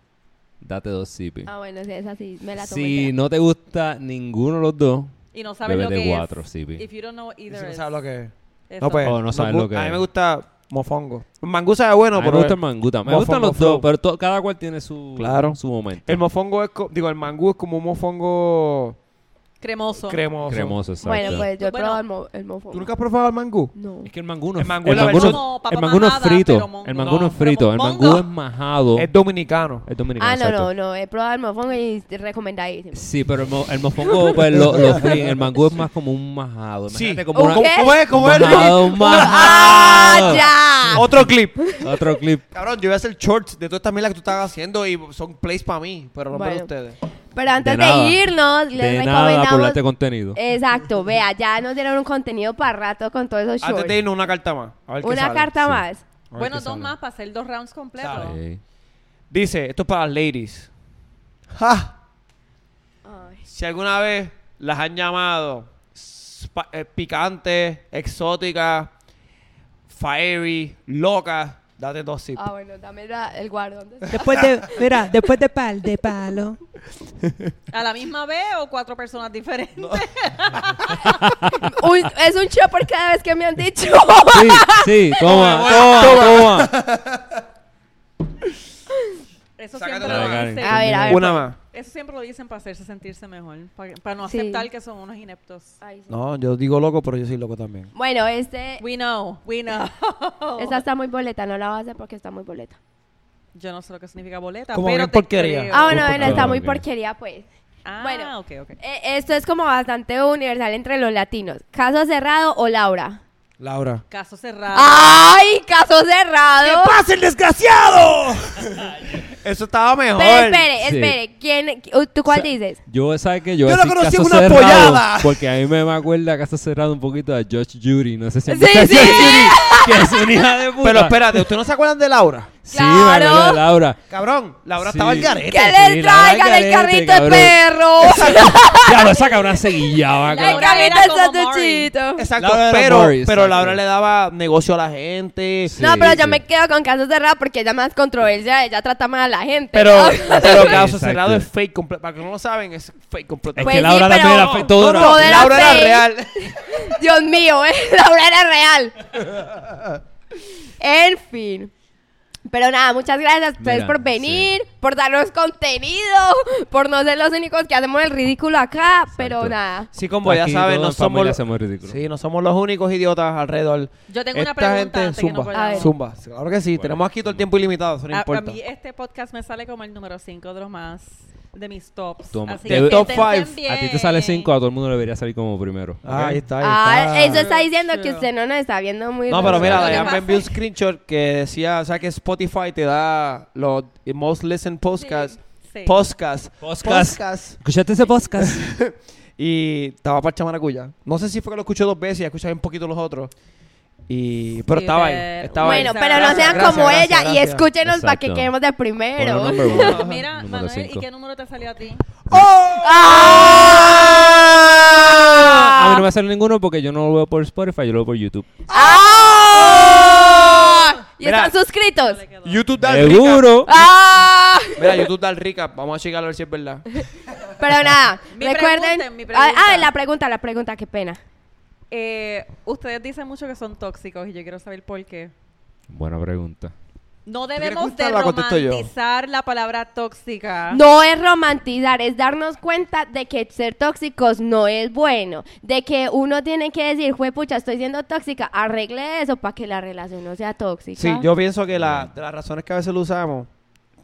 date dos sipping.
Ah, bueno, sí, esa sí, me la tomo.
Si
entera.
no te gusta ninguno de los dos,
Y no sabes lo
Bebete
que
cuatro,
es.
sí, vi.
If you don't know either
Dice, no
is
sabes lo que es.
eso.
No, pues.
Oh, no
nos
sabes
gu-
lo que
A mí
es.
me gusta mofongo. Mangú sabe bueno,
a mí
pero.
me gusta el mangú. también. Me gustan
mofongo
los dos,
flow.
pero to- cada cual tiene su,
Claro.
su momento.
El mofongo es. co- Digo, el mangú es como un mofongo
Cremoso.
cremoso.
Cremoso, exacto.
Bueno, pues yo he
Bueno.
probado el, mo el mofo.
¿Tú nunca has probado el mangú?
No.
Es que el mangú no
El
es
mangú
el
es la
mangú no-
versión-
Como papa
el mangú no es
majada, pero
frito.
mongo.
El mangú no es
No,
frito.
pero
El
mongo.
mangú es majado.
Es dominicano.
Oh. Es dominicano.
Ah, no, no,
exacto.
no, he probado el mofongo y es recomendadísimo.
Sí, pero el, mo- el mofongo, pues lo, lo fríen. El mangú es más como un majado.
Sí.
Imagínate como
¿Cómo,
una-
¿Qué?
cómo es? ¿Cómo es?
Majado, un <laughs> majado. Oh,
¡Ah, ya!
Otro clip.
Otro clip.
Cabrón, yo voy a hacer shorts de todas estas mierdas que tú estabas haciendo y son plays para mí, pero no
Bueno.
para ustedes.
Pero antes
De
de,
nada.
irnos, les
de nada por
recomendamos.
darte contenido.
Exacto, vea, ya nos dieron un contenido para rato con todos esos shorts.
Antes de irnos, una carta más. A ver qué
Una
sale.
carta
sí.
más.
A ver
Bueno,
qué
dos
sale.
más para hacer dos rounds completos.
Sabe.
Sí.
Dice, esto es para las ladies. ¡Ja!
Ay.
Si alguna vez las han llamado spa- eh, picantes, exóticas, fiery, locas, date dos sips.
Ah, bueno, dame la- el guardo. ¿dónde está?
Después de, mira, después de pal, de palo.
¿A la misma vez o cuatro personas diferentes?
<laughs> Un- es un show por cada vez que me han dicho.
Sí, sí, toma, toma, toma.
<laughs> Eso
Sácate
siempre
la
lo
de
Karen.
dicen.
A ver, a ver.
Una más.
Eso siempre lo dicen para hacerse sentirse mejor, para, para no
Sí.
aceptar que son unos ineptos.
Ay, sí.
No, yo digo loco, pero yo soy loco también.
<laughs> Bueno, este,
We know, we know.
esa está muy boleta, no la vas a hacer porque está muy boleta.
Yo no sé lo que significa boleta,
Como
pero
bien
te
porquería.
creo.
Ah, bueno,
Por
bueno,
favor,
está muy
ok.
porquería, pues.
Ah,
bueno.
ok, ok.
Eh, esto es como bastante universal entre los latinos. ¿Caso cerrado o Laura?
Laura.
Caso cerrado.
¡Ay, caso cerrado!
pasa el desgraciado!
<laughs>
Eso estaba mejor.
Pero espere,
Sí.
espere. ¿Quién, qui- ¿Tú cuál
O sea,
dices?
Yo, ¿sabes que Yo,
Yo
voy a
lo
decir
conocí en
Caso
una
Cerrado,
pollada.
Porque a mí me acuerda Casa Cerrado un poquito a George Judy. No sé si han
Sí,
visto a
sí.
Judge Judy, que es una hija de puta.
Pero espérate, ¿ustedes no se acuerdan de Laura?
Sí, me
Claro.
acuerdo de Laura.
Cabrón, Laura
Sí.
estaba al garete.
¡Que
Sí,
le
la
traigan el
garete,
carrito de
cabrón. <laughs>
perro! <laughs>
Claro, esa cabrona se guillaba,
¡El
cabrón.
Laura
carrito
era
de
como
sanduchito!
Exacto,
Laura era
pero,
Boris,
pero
exacto.
Laura le daba negocio a la gente.
Sí.
No, pero yo
sí.
me quedo con caso cerrado porque ella más controversia, ella trata mal a la gente.
Pero,
¿no?
pero
Sí,
caso cerrado
exacto.
es fake completo. Para que no lo saben, es fake completo.
Es
Pues
que
sí,
Laura
pero-
también era fe- todo era-
Todo era
Laura era
fake.
real.
Dios mío, eh, <laughs> Laura era real. en fin. Pero nada, muchas gracias a ustedes
Mira,
por venir, por darnos contenido, por no ser los únicos que hacemos el ridículo acá, pero nada.
Sí, como ya
Aquí
saben,
todo
no
en familia
somos,
hacemos ridículo.
sí, no somos los únicos idiotas alrededor.
Yo tengo una
Esta
pregunta
gente
antes que no
zumba,
A ver.
perdamos.
zumba. Claro que sí, tenemos aquí todo el tiempo ilimitado, eso no
A- a,
importa.
mí este podcast me sale como el número 5 de los más de mis tops.
Toma.
Así
Del
que
top five.
piensen bien.
A ti te sale 5, a todo el mundo le debería salir como primero.
Ah,
¿ok?
ahí está, ahí
Ah,
está.
eso está diciendo que
Sure.
usted no nos está viendo muy
No,
bien.
pero mira,
Lo que
Dayan me
pasa
envió un
es-
screenshot que decía, o sea, que Spotify te da los most listened podcasts.
Sí.
Podcasts.
Podcast.
Podcasts.
¿Escuchaste ese
<laughs>
podcast?
Y estaba para Chamaracuya. No sé si fue que lo escuché dos veces y escuché un poquito los otros. Y, pero
Sí,
estaba ahí.
pero-
Estaba
bueno,
ahí.
Gracias,
pero no
gracias,
sean
gracias,
como
gracias,
ella y
gracias.
escuchenos para que
Exacto.
quedemos de
Ponlo
primero.
number one.
Mira,
Número
Manuel,
cinco.
¿y qué número te salió a ti?
¡Oh!
A mí
¡Ah!
no me sale ninguno porque yo no lo veo por Spotify, yo lo veo por YouTube.
¡Ah! ¿Y
Mira.
están suscritos?
YouTube da el recap.
Seguro.
¡Ah!
Mira, YouTube da el recap. Vamos a checarlo a ver si es
<laughs>
verdad.
Pero nada,
Mi
recuerden.
pregunta, mi
ah, ah,
pregunta.
la pregunta, la pregunta, qué pena.
Eh, ustedes dicen mucho que son tóxicos y yo quiero saber por qué.
Buena pregunta.
No
quieres
debemos de
contestarla o contesto yo?
romantizar la palabra tóxica.
No es romantizar, es darnos cuenta de que ser tóxicos no es bueno. De que uno tiene que decir, juepucha, estoy siendo tóxica, arregle eso para que la relación no sea tóxica.
Sí, yo pienso que la, de las razones que a veces lo usamos,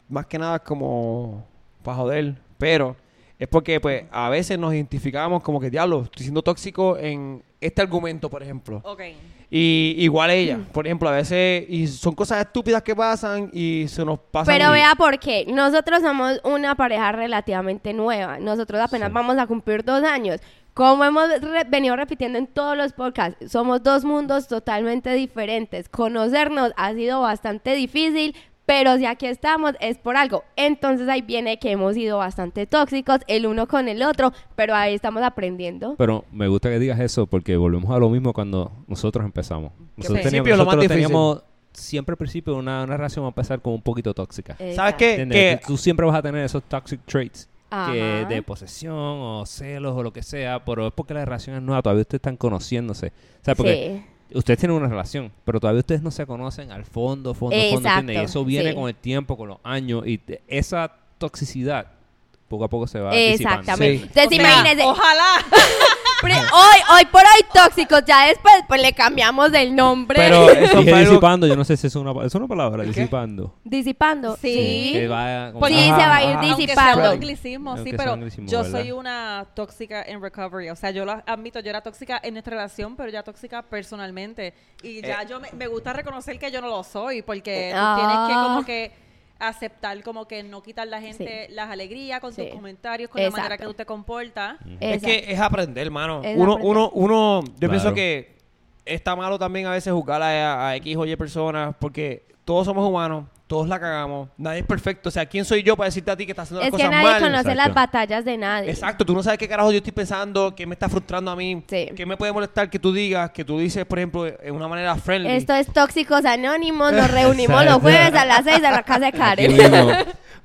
más que nada es como para joder, pero es porque pues a veces nos identificamos como que diablo, estoy siendo tóxico en este argumento, por ejemplo.
Ok.
Y igual ella, por ejemplo, a veces y son cosas estúpidas que pasan y se nos pasan.
Pero
y-
vea por qué. Nosotros somos una pareja relativamente nueva. Nosotros apenas
Sí.
vamos a cumplir dos años. Como hemos re- venido repitiendo en todos los podcasts, somos dos mundos totalmente diferentes. Conocernos ha sido bastante difícil. Pero si aquí estamos es por algo. Entonces ahí viene que hemos sido bastante tóxicos el uno con el otro, pero ahí estamos aprendiendo.
Pero me gusta que digas eso porque volvemos a lo mismo cuando nosotros empezamos.
al
Nosotros teníamos,
principio es lo más
nosotros
difícil.
teníamos siempre al principio una, una relación va a empezar como un poquito tóxica.
¿Sabes
Exacto.
qué?
¿Entiendes?
Que
Tú, tú siempre vas a tener esos toxic traits que
Ajá.
de posesión o celos o lo que sea, pero es porque la relación es nueva, todavía ustedes están conociéndose. O sea, porque
Sí.
ustedes tienen una relación, pero todavía ustedes no se conocen al fondo, fondo, fondo, ¿entiendes?
Exacto,
Y eso viene
sí.
con el tiempo, con los años, y te- esa toxicidad poco a poco se va disipando.
Exactamente.
Sí.
Entonces,
Ok.
imagínense,
Ojalá.
Pre- hoy, hoy por hoy tóxicos, ya después pues le cambiamos el nombre.
pero <laughs> eso
Dije
fue algo-
disipando, yo no sé si es una, pa- es una palabra, disipando.
Disipando. Sí.
Que va como-
Pues
sí,
Ajá,
se va a
ajá.
ir
Aunque sea un
disipando.
anglicismo, sí,
Aunque sea
pero
anglicismo,
yo
¿verdad?
soy una tóxica en recovery. O sea, yo lo admito, yo era tóxica en nuestra relación, pero ya tóxica personalmente.
Eh.
Y ya yo me, me gusta reconocer que yo no lo soy, porque tú tienes que
Ah.
como que aceptar, como que no quitar la gente las alegrías con
Sí.
tus comentarios, con la manera que
Exacto.
tú te comportas.
Es
Exacto.
que es aprender, hermano.
Es
Uno,
aprender.
uno, uno, yo
Claro.
pienso que está malo también a veces juzgar a, a X o Y personas porque todos somos humanos, todos la cagamos, nadie es perfecto. O sea, ¿quién soy yo para decirte a ti que estás haciendo las
Es que
cosas
nadie
mal?
conoce las
Exacto.
batallas de nadie.
Exacto, tú no sabes qué carajo yo estoy pensando, qué me está frustrando a mí,
Sí.
qué me puede molestar que tú digas, que tú dices, por ejemplo, en una manera friendly.
Esto es Tóxicos Anónimos. Nos reunimos los
Exacto.
jueves a las 6 en la casa de <laughs>
Aquí
<laughs>
Karen.
mismo.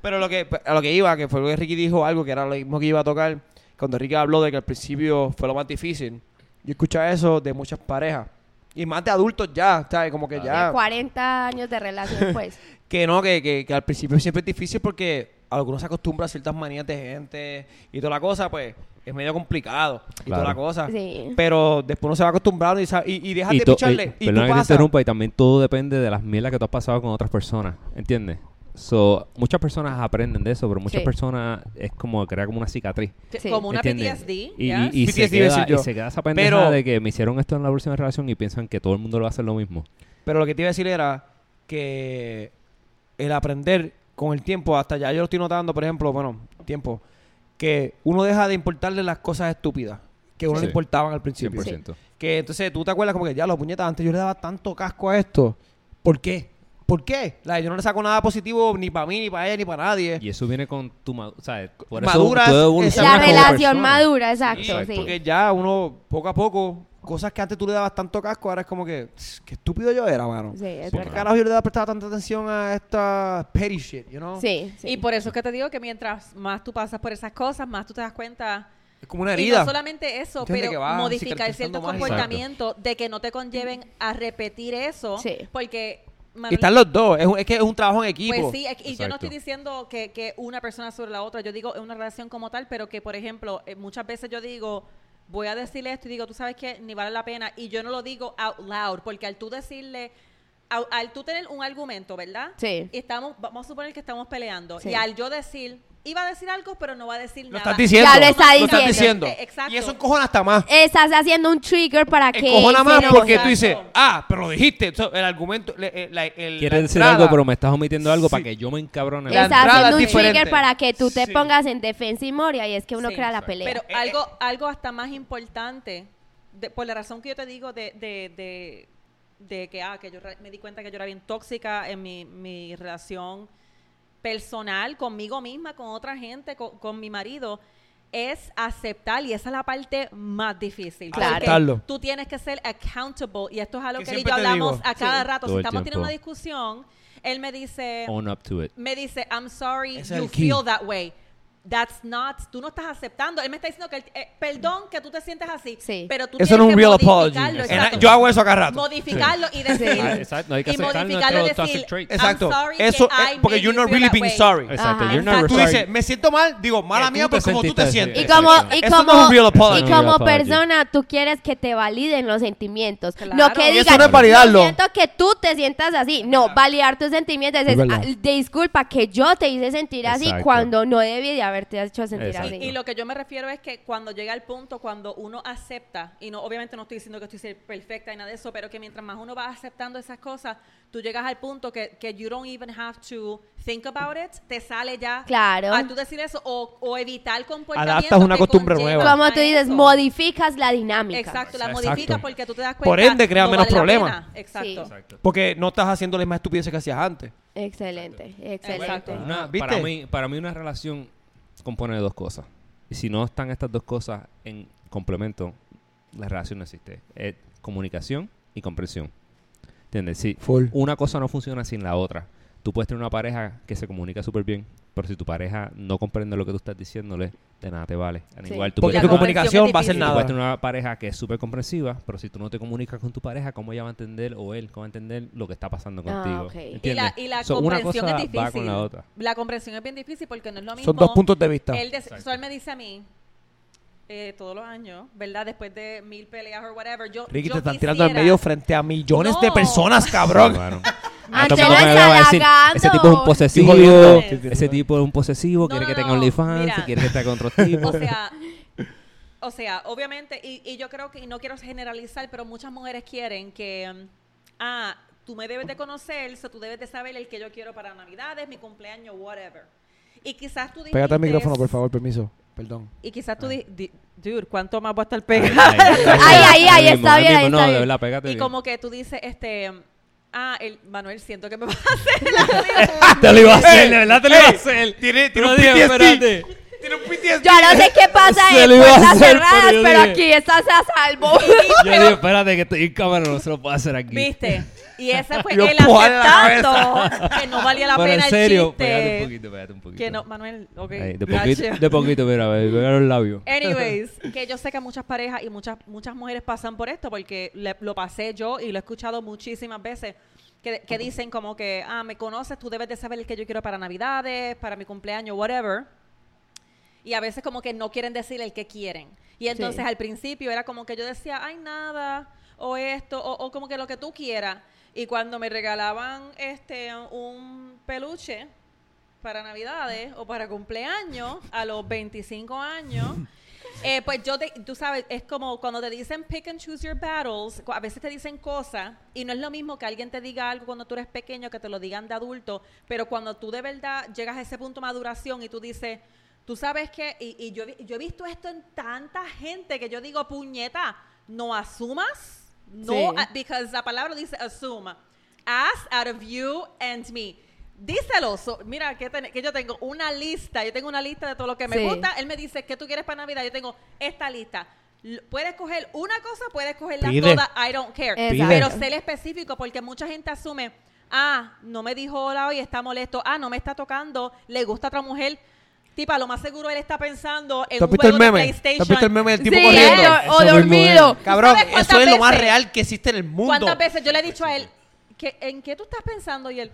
Pero lo que, a lo que iba, que fue lo que Ricky dijo algo que era lo mismo que iba a tocar, cuando Ricky habló de que al principio fue lo más difícil. Yo escuchaba eso de muchas parejas. Y más de adultos ya, ¿sabes? Como que ya...
40 años
<laughs>
de relación, pues.
Que no, que, que, que al principio siempre es difícil porque algunos se acostumbran a ciertas manías de gente y toda la cosa, pues es medio complicado y
Claro.
toda la cosa.
Sí.
Pero después uno se va acostumbrando y, sa- y, y dejas
Y
de
to-
picharle.
y-
Y, tú
perdona que te
pasas.
interrumpa, y también todo depende de las mierdas que tú has pasado con otras personas, ¿entiendes? So, muchas personas aprenden de eso, pero muchas
Sí.
personas es como crear como una cicatriz.
Que-
Sí.
Como una
¿entiendes?
PTSD.
Y,
yes.
y- y se
PTSD iba a
queda,
decir yo.
y se queda esa pendeja
Pero-
de que me hicieron esto en la próxima relación y piensan que todo el mundo lo va a hacer lo mismo.
Pero lo que te iba a decir era que el aprender con el tiempo, hasta ya yo lo estoy notando, por ejemplo, bueno, tiempo, que uno deja de importarle las cosas estúpidas que a uno
Sí.
le importaban al principio.
100%.
Que entonces tú te acuerdas como que ya los puñetas, antes yo le daba tanto casco a esto. ¿Por qué? ¿Por qué? Like, yo no le saco nada positivo ni para mí, ni para ella, ni para nadie.
Y eso viene con tu madurez. Por
Maduras,
eso tú
esa-
evolucionas
La
Exacto.
como
relación
persona.
madura, exacto,
Sí,
sí.
Porque ya uno, poco a poco, cosas que antes tú le dabas tanto casco, ahora es como que, "Tss, qué estúpido yo era, mano.
Sí, es
¿Por qué
verdad.
carajo yo le daba prestar tanta atención a esta petty shit, you know?
Sí, sí.
pues
Y por eso es que te digo que mientras más tú pasas por esas cosas, más tú te das cuenta.
Es como una
Y
herida.
no solamente eso,
Entiende que
pero
va
modificar
cicatrizando
ciertos
más.
comportamientos de que no te conlleven a repetir eso.
Sí.
Porque.
Y
Manuel,
están los dos. Es, un- es que es un trabajo en equipo.
Pues sí, es que- y yo
Exacto.
no estoy diciendo que, que una persona sobre la otra, yo digo es una relación como tal, pero que, por ejemplo, eh, muchas veces yo digo, voy a decirle esto y digo, tú sabes que ni vale la pena, y yo no lo digo out loud, porque al tú decirle, au- al, tú tener un argumento, ¿verdad?
Sí.
Y estamos, vamos a suponer que estamos peleando,
Sí.
y al yo decir, iba a decir algo, pero no va a decir
Lo
nada.
estás diciendo.
Ya lo está
estás
diciendo.
diciendo.
eh, Exacto.
Y eso encojona hasta más.
Estás haciendo un trigger para que...
Encojona
se
más
enoje.
porque
Exacto.
tú dices, ah, pero lo dijiste. So, el argumento, le- eh, la- el,
Quieres
la
decir
entrada-
algo, pero me estás omitiendo algo
Sí.
para que yo me encabrone.
La
Estás
entrada
haciendo un
es diferente.
trigger para que tú te
Sí.
pongas en defensa y moria y es que uno
Sí,
crea la pelea.
Pero
Eh,
algo, algo hasta más importante, de- por la razón que yo te digo de, de, de, de que, ah, que yo re- me di cuenta que yo era bien tóxica en mi, mi relación personal, conmigo misma, con otra gente, con, con mi marido, es aceptar, y esa es la parte más difícil. porque
Aceptarlo.
Tú tienes que ser accountable, y esto es algo
Que
que él y
siempre
yo
te
hablamos
digo.
a cada
Sí.
rato.
Todo
Si
el
estamos teniendo una
tiempo.
discusión, él me dice
Own up to it.
me dice, I'm sorry
Ese es
you
el key.
feel that way. That's not, tú no estás aceptando. Él me está diciendo que, el- eh, perdón que tú te sientes así,
Sí.
pero tú
Eso
tienes
no es un
que
real apology.
modificarlo.
Eh,
exacto.
Yo hago eso acá rato.
Modificarlo y
Sí.
decir.
Ah, exacto, hay que
y
aceptar
modificarlo y
nuestro
decir,
toxic trait.
"I'm
Exacto.
sorry
Eso,
que
eh,
I
porque
made
you're
you
not
feel
really
that
being
way.
sorry.
Exacto.
Ajá.
You're never
Tú
sorry.
dices, me siento mal, digo, mala
Que tú
mía,
te
pero como tú te
sentiste así.
sientes.
Y
Exacto.
como, y
Eso no
como,
es un real apology.
y
Real
como
apology.
persona, tú quieres que te validen los sentimientos. No
Claro.
que
Y eso
digas,
no es validarlo.
"Yo siento que tú te sientas así. No, validar tus sentimientos es,
Es verdad.
"Ah, disculpa que yo te hice sentir así
Exacto.
cuando no debí de haberte hecho sentir
Exacto.
así.
Y lo que yo me refiero es que cuando llega el punto, cuando uno acepta, y no obviamente no estoy diciendo que estoy ser perfecta y nada de eso, pero que mientras más uno va aceptando esas cosas, tú llegas al punto que, que you don't even have to think about it, te sale ya.
Claro.
A tú decir eso o, o evitar comportamientos.
Adaptas una
que
costumbre
conllevan
nueva.
Como
a
tú dices,
eso.
modificas la dinámica.
Exacto, la
Exacto.
modificas porque tú te das cuenta.
Por ende, crea menos
la
problemas.
pena. Exacto.
Sí.
Porque no estás haciendo las mismas estupideces que hacías antes.
Excelente,
Exacto.
excelente.
Una-
Ah, ¿viste?
para, mí, para mí una relación se compone de dos cosas. Y si no están estas dos cosas en complemento, la relación no existe. Es comunicación y comprensión. ¿Entiendes? Si
Full.
una cosa no funciona sin la otra. Tú puedes tener una pareja que se comunica súper bien, pero si tu pareja no comprende lo que tú estás diciéndole, de nada te vale. Al
Sí.
igual, tú
Porque
puedes
tu
la
tener-
comunicación
conversación
va a ser
es
Tú puedes
nada.
tener una pareja que es súper comprensiva, pero si tú no te comunicas con tu pareja, ¿cómo ella va a entender o él cómo va a entender lo que está pasando
Ah,
contigo?
ok.
Y la,
¿Entiendes?
y la
So, una
comprensión
cosa
es difícil.
va con la otra.
La comprensión es bien difícil porque no es lo mismo.
Son dos puntos de vista.
Él, dec- so, él me dice a mí, eh, todos los años, ¿verdad? Después de mil peleas o whatever, yo.
Ricky,
yo
te están tirando al
quisiera-
medio frente a millones de
No.
personas, cabrón.
Claro.
Ah,
No,
te
tampoco
lo
me va a decir,
halagando.
Ese tipo es un posesivo.
Estoy jodiendo.
Ese tipo es un posesivo. quiere
no,
que tenga
no,
OnlyFans.
mira.
Quiere que esté con otro
<laughs>
tipo.
<laughs>
O sea. O sea, obviamente, y, y yo creo que, y no quiero generalizar, pero muchas mujeres quieren que, mm, ah, tú me debes de conocer, so tú debes de saber el que yo quiero para Navidades, mi cumpleaños, whatever. Y quizás tú
Pégate al
dijiste-
micrófono, por favor, permiso. Perdón.
Y quizás tú di- di- dude, ¿cuánto más voy a estar pegada?
Ahí, ahí, ahí,
mismo,
está bien,
mismo.
ahí
No,
está
de
bien.
verdad, pégate
Y
bien.
como que tú dices, este, ah, el, Manuel, siento que me <laughs> va a
<laughs>
hacer
Te lo iba a
hacer,
hacer,
de
de
verdad
verdad
te lo iba a hacer. Tiene, tiene
No
un
dije,
PTSD.
espérate.
Tiene un PTSD.
Yo no sé qué pasa
<laughs> Se
en
lo iba a
puertas
hacer,
cerradas,
pero yo
pero
dije-
aquí estás a salvo. <laughs>
Yo digo, espérate, que estoy en cámara. No se lo puedo hacer aquí.
Viste. Y ese fue
Yo
el
puedo en la
aceptando que no valía la
Pero en
pena
serio, pégate un
el chiste.
poquito, pégate un poquito.
Que no, Manuel, ok.
Ahí, de,
gotcha.
poquito, de poquito, mira, a ver, pegar los labios.
Anyways, que yo sé que muchas parejas y muchas muchas mujeres pasan por esto porque le- lo pasé yo y lo he escuchado muchísimas veces. Que, que dicen como que, ah, me conoces, tú debes de saber el que yo quiero para Navidades, para mi cumpleaños, whatever. Y a veces como que no quieren decir el que quieren. Y entonces
Sí.
al principio era como que yo decía, ay, nada, o esto, o, o como que lo que tú quieras. Y cuando me regalaban este un peluche para navidades o para cumpleaños a los 25 años, eh, pues yo, te- tú sabes, es como cuando te dicen pick and choose your battles, cu- a veces te dicen cosas y no es lo mismo que alguien te diga algo cuando tú eres pequeño que te lo digan de adulto, pero cuando tú de verdad llegas a ese punto de maduración y tú dices, tú sabes que, y, y yo, he vi- yo he visto esto en tanta gente que yo digo, puñeta, no asumas, no,
Sí.
a- because la palabra dice asuma. ass out of you and me. Díselo. So, mira, que, ten- que yo tengo una lista. Yo tengo una lista de todo lo que me
Sí.
gusta. Él me dice, ¿qué tú quieres para Navidad? Yo tengo esta lista. L- Puedes coger una cosa, puedes cogerla
Pide.
toda. I don't care.
Exacto.
Pero ser específico, porque mucha gente asume, ah, no me dijo hola hoy, está molesto. Ah, no me está tocando, le gusta a otra mujer. Tipa, lo más seguro él está pensando en
¿Tú has
un
visto el
juego de
meme? ¿Tú has visto el
PlayStation.
meme del tipo
Sí,
corriendo?
eso, o
Eso mismo
dormido.
es. Cabrón,
¿Sabes cuántas
eso es lo más
veces?
real que existe en el mundo. Pues,
¿Cuántas veces yo le he dicho a él, que, ¿en qué tú estás pensando? Y él,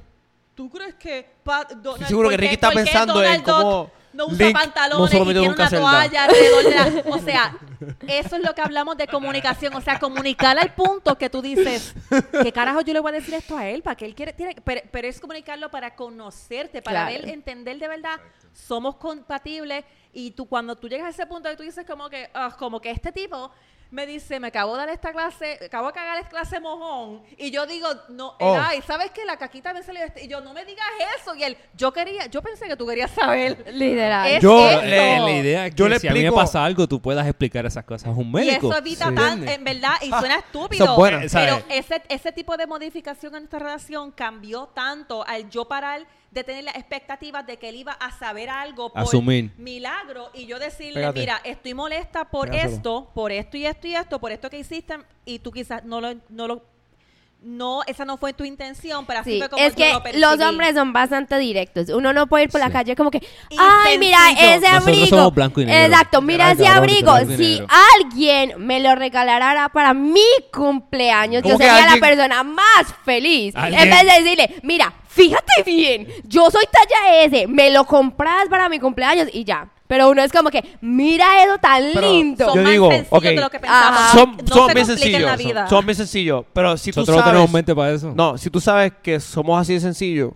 ¿tú crees que pa- Donald-
Estoy seguro que
por qué-
Ricky está
por qué
pensando en
Donald Duck
cómo
no usa
Link no
pantalones
se lo
y
metió
tiene
nunca
una
a Zelda?
toalla alrededor de
<laughs>
la- O sea, eso es lo que hablamos de comunicación. O sea, comunicar al punto que tú dices, ¿qué carajo yo le voy a decir esto a él? ¿Para que él quiere? tiene- pero, pero es comunicarlo para conocerte, para
Claro.
ver, entender de verdad, somos compatibles. Y tú, cuando tú llegas a ese punto que tú dices como que, "Ah, como que este tipo... Me dice, me acabo de dar esta clase, acabo de cagar esta clase mojón. Y yo digo, no,
Oh.
ay, ¿sabes qué? La caquita me salió este. Y yo, no me digas eso. Y él, yo quería, yo pensé que tú querías saber. <laughs>
Literal.
Es-
Yo
esto?
eh, La, la idea es que
Yo le
si a mí me
explico-
pasa algo, tú puedas explicar esas cosas a un médico.
Y eso evita
Sí.
tan,
¿Entiendes?
en verdad, y suena estúpido.
Ah, Eso es bueno.
Eh,
pero
¿sabes?
ese, ese tipo de modificación en nuestra relación cambió tanto al yo parar de tener las expectativas de que él iba a saber algo por
Asumir.
milagro y yo decirle,
Pégate.
mira, estoy molesta por
Pégaselo.
esto, por esto y esto y esto, por esto que hiciste y tú quizás no lo... No lo no, esa no fue tu intención, pero así
Sí,
fue como
es
yo
que
lo percibí".
los hombres son bastante directos. Uno no puede ir por la
Sí.
calle como que,
Y
ay, mira
sencillo.
ese
Nosotros
abrigo.
somos blanco y negro.
Exacto, mira
Literal,
ese
cabrón,
abrigo.
literal, blanco y
Si
negro.
alguien me lo regalara para mi cumpleaños, yo
¿Cómo que
sería
alguien?
la persona más feliz.
¿Alguien?
En vez de decirle, mira, fíjate bien, yo soy talla S, me lo compras para mi cumpleaños y ya. Pero uno es como que, mira eso tan
Pero
lindo.
Son
Yo
más
digo,
sencillos
ok. ah,
de lo que pensábamos.
Ajá.
Son, son
No se
bien
compliquen
sencillos.
la vida.
Son bien sencillos. Pero si
Nosotros
tú
no
sabes...
tenemos mente para eso.
No, si tú sabes que somos así de sencillo,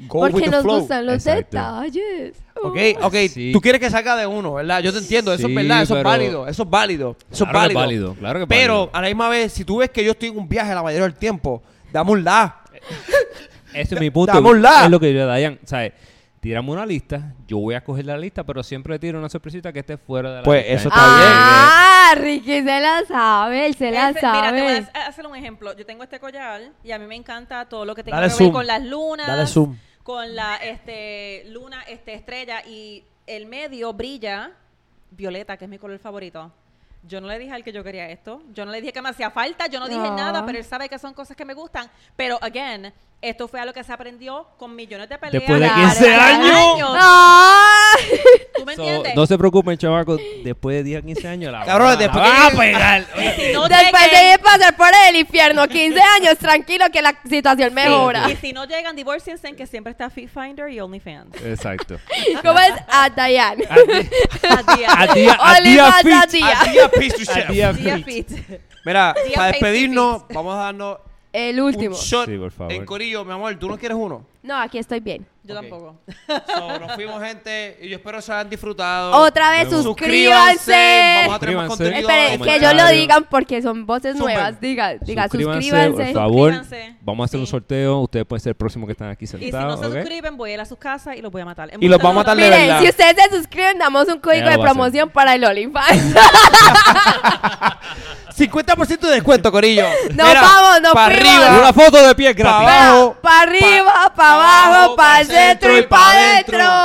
go with
Porque
the
nos
flow.
gustan los
Exacto.
detalles.
Ok,
Oh.
ok,
Sí.
tú quieres que salga de uno, ¿verdad? Yo te entiendo, eso
Sí,
es verdad, eso es
pero-
válido, eso es válido, eso
Claro que
es
es
válido.
válido, claro que es
pero
válido.
a la misma vez, si tú ves que yo estoy en un viaje la mayoría del tiempo, dame un la.
Ese es mi punto.
Damos la.
Es lo que yo Dayan, ¿sabes? Tiramos una lista, yo voy a coger la lista, pero siempre tiro una sorpresita que esté fuera de la
Pues,
lista.
eso está
eh.
bien.
Ah, Ricky se la sabe, él se la
Ese-
sabe.
Mira, te voy a ha- hacer un ejemplo. Yo tengo este collar y a mí me encanta todo lo que tenga
Dale
que
zoom.
ver con las lunas,
Dale zoom.
con la este, luna, este, estrella y el medio brilla violeta, que es mi color favorito. Yo no le dije al que yo quería esto. Yo no le dije que me hacía falta. Yo no dije
No.
nada, pero él sabe que son cosas que me gustan. Pero, again, esto fue a lo que se aprendió con millones de peleas.
Después de
Claro,
15
claro.
años.
Ay.
¿Tú me
So,
entiendes?
no se preocupen, chavaco. Después de 10 a 15 años, la
Cabrón,
la
después
van a
que-
pegar.
Si no
Después
lleguen-
de pasar por el infierno 15 años, tranquilo que la situación mejora.
Y si no llegan, divorciense, que siempre está Fit Finder y OnlyFans.
Exacto.
<laughs>
¿Cómo es? A Dayan.
Así <laughs> es.
A día, a
Only
día
fans a
fit.
día.
Adiós, piece to
A <laughs>
chef.
día
Día
fit.
fit.
Mira, para
Día face to
despedirnos, vamos a darnos
El último.
un shot
Sí, por favor.
en corillo, mi amor, ¿tú no quieres
<laughs>
uno?
No, aquí estoy bien.
Yo
Ok.
tampoco.
So, nos fuimos, gente, y yo espero se hayan disfrutado.
Otra vez
vemos.
Vamos a
suscríbanse.
tener más
Suscríbanse.
contenido.
Espere,
Vamos a
que yo
comentar.
lo digan porque son voces
Zumba.
nuevas. Diga, diga,
Suscríbanse,
suscríbanse.
por favor.
Suscríbanse.
Vamos a hacer un
Sí.
sorteo. Ustedes pueden ser el próximo que están aquí
Y si no
sentados.
se
¿ok?
suscriben, voy a ir a sus casas y los voy a matar.
Ah, Y los va a matar de
Miren,
verdad.
si ustedes se suscriben, damos un código
Ella
de
lo va a hacer.
promoción para el OnlyFans. <laughs>
50% de descuento, corillo.
<laughs> No,
Mira,
vamos, no
pa'
fuimos.
arriba.
Una foto de pie
Pa'
gratis.
abajo,
para arriba, para abajo, para el centro y para adentro.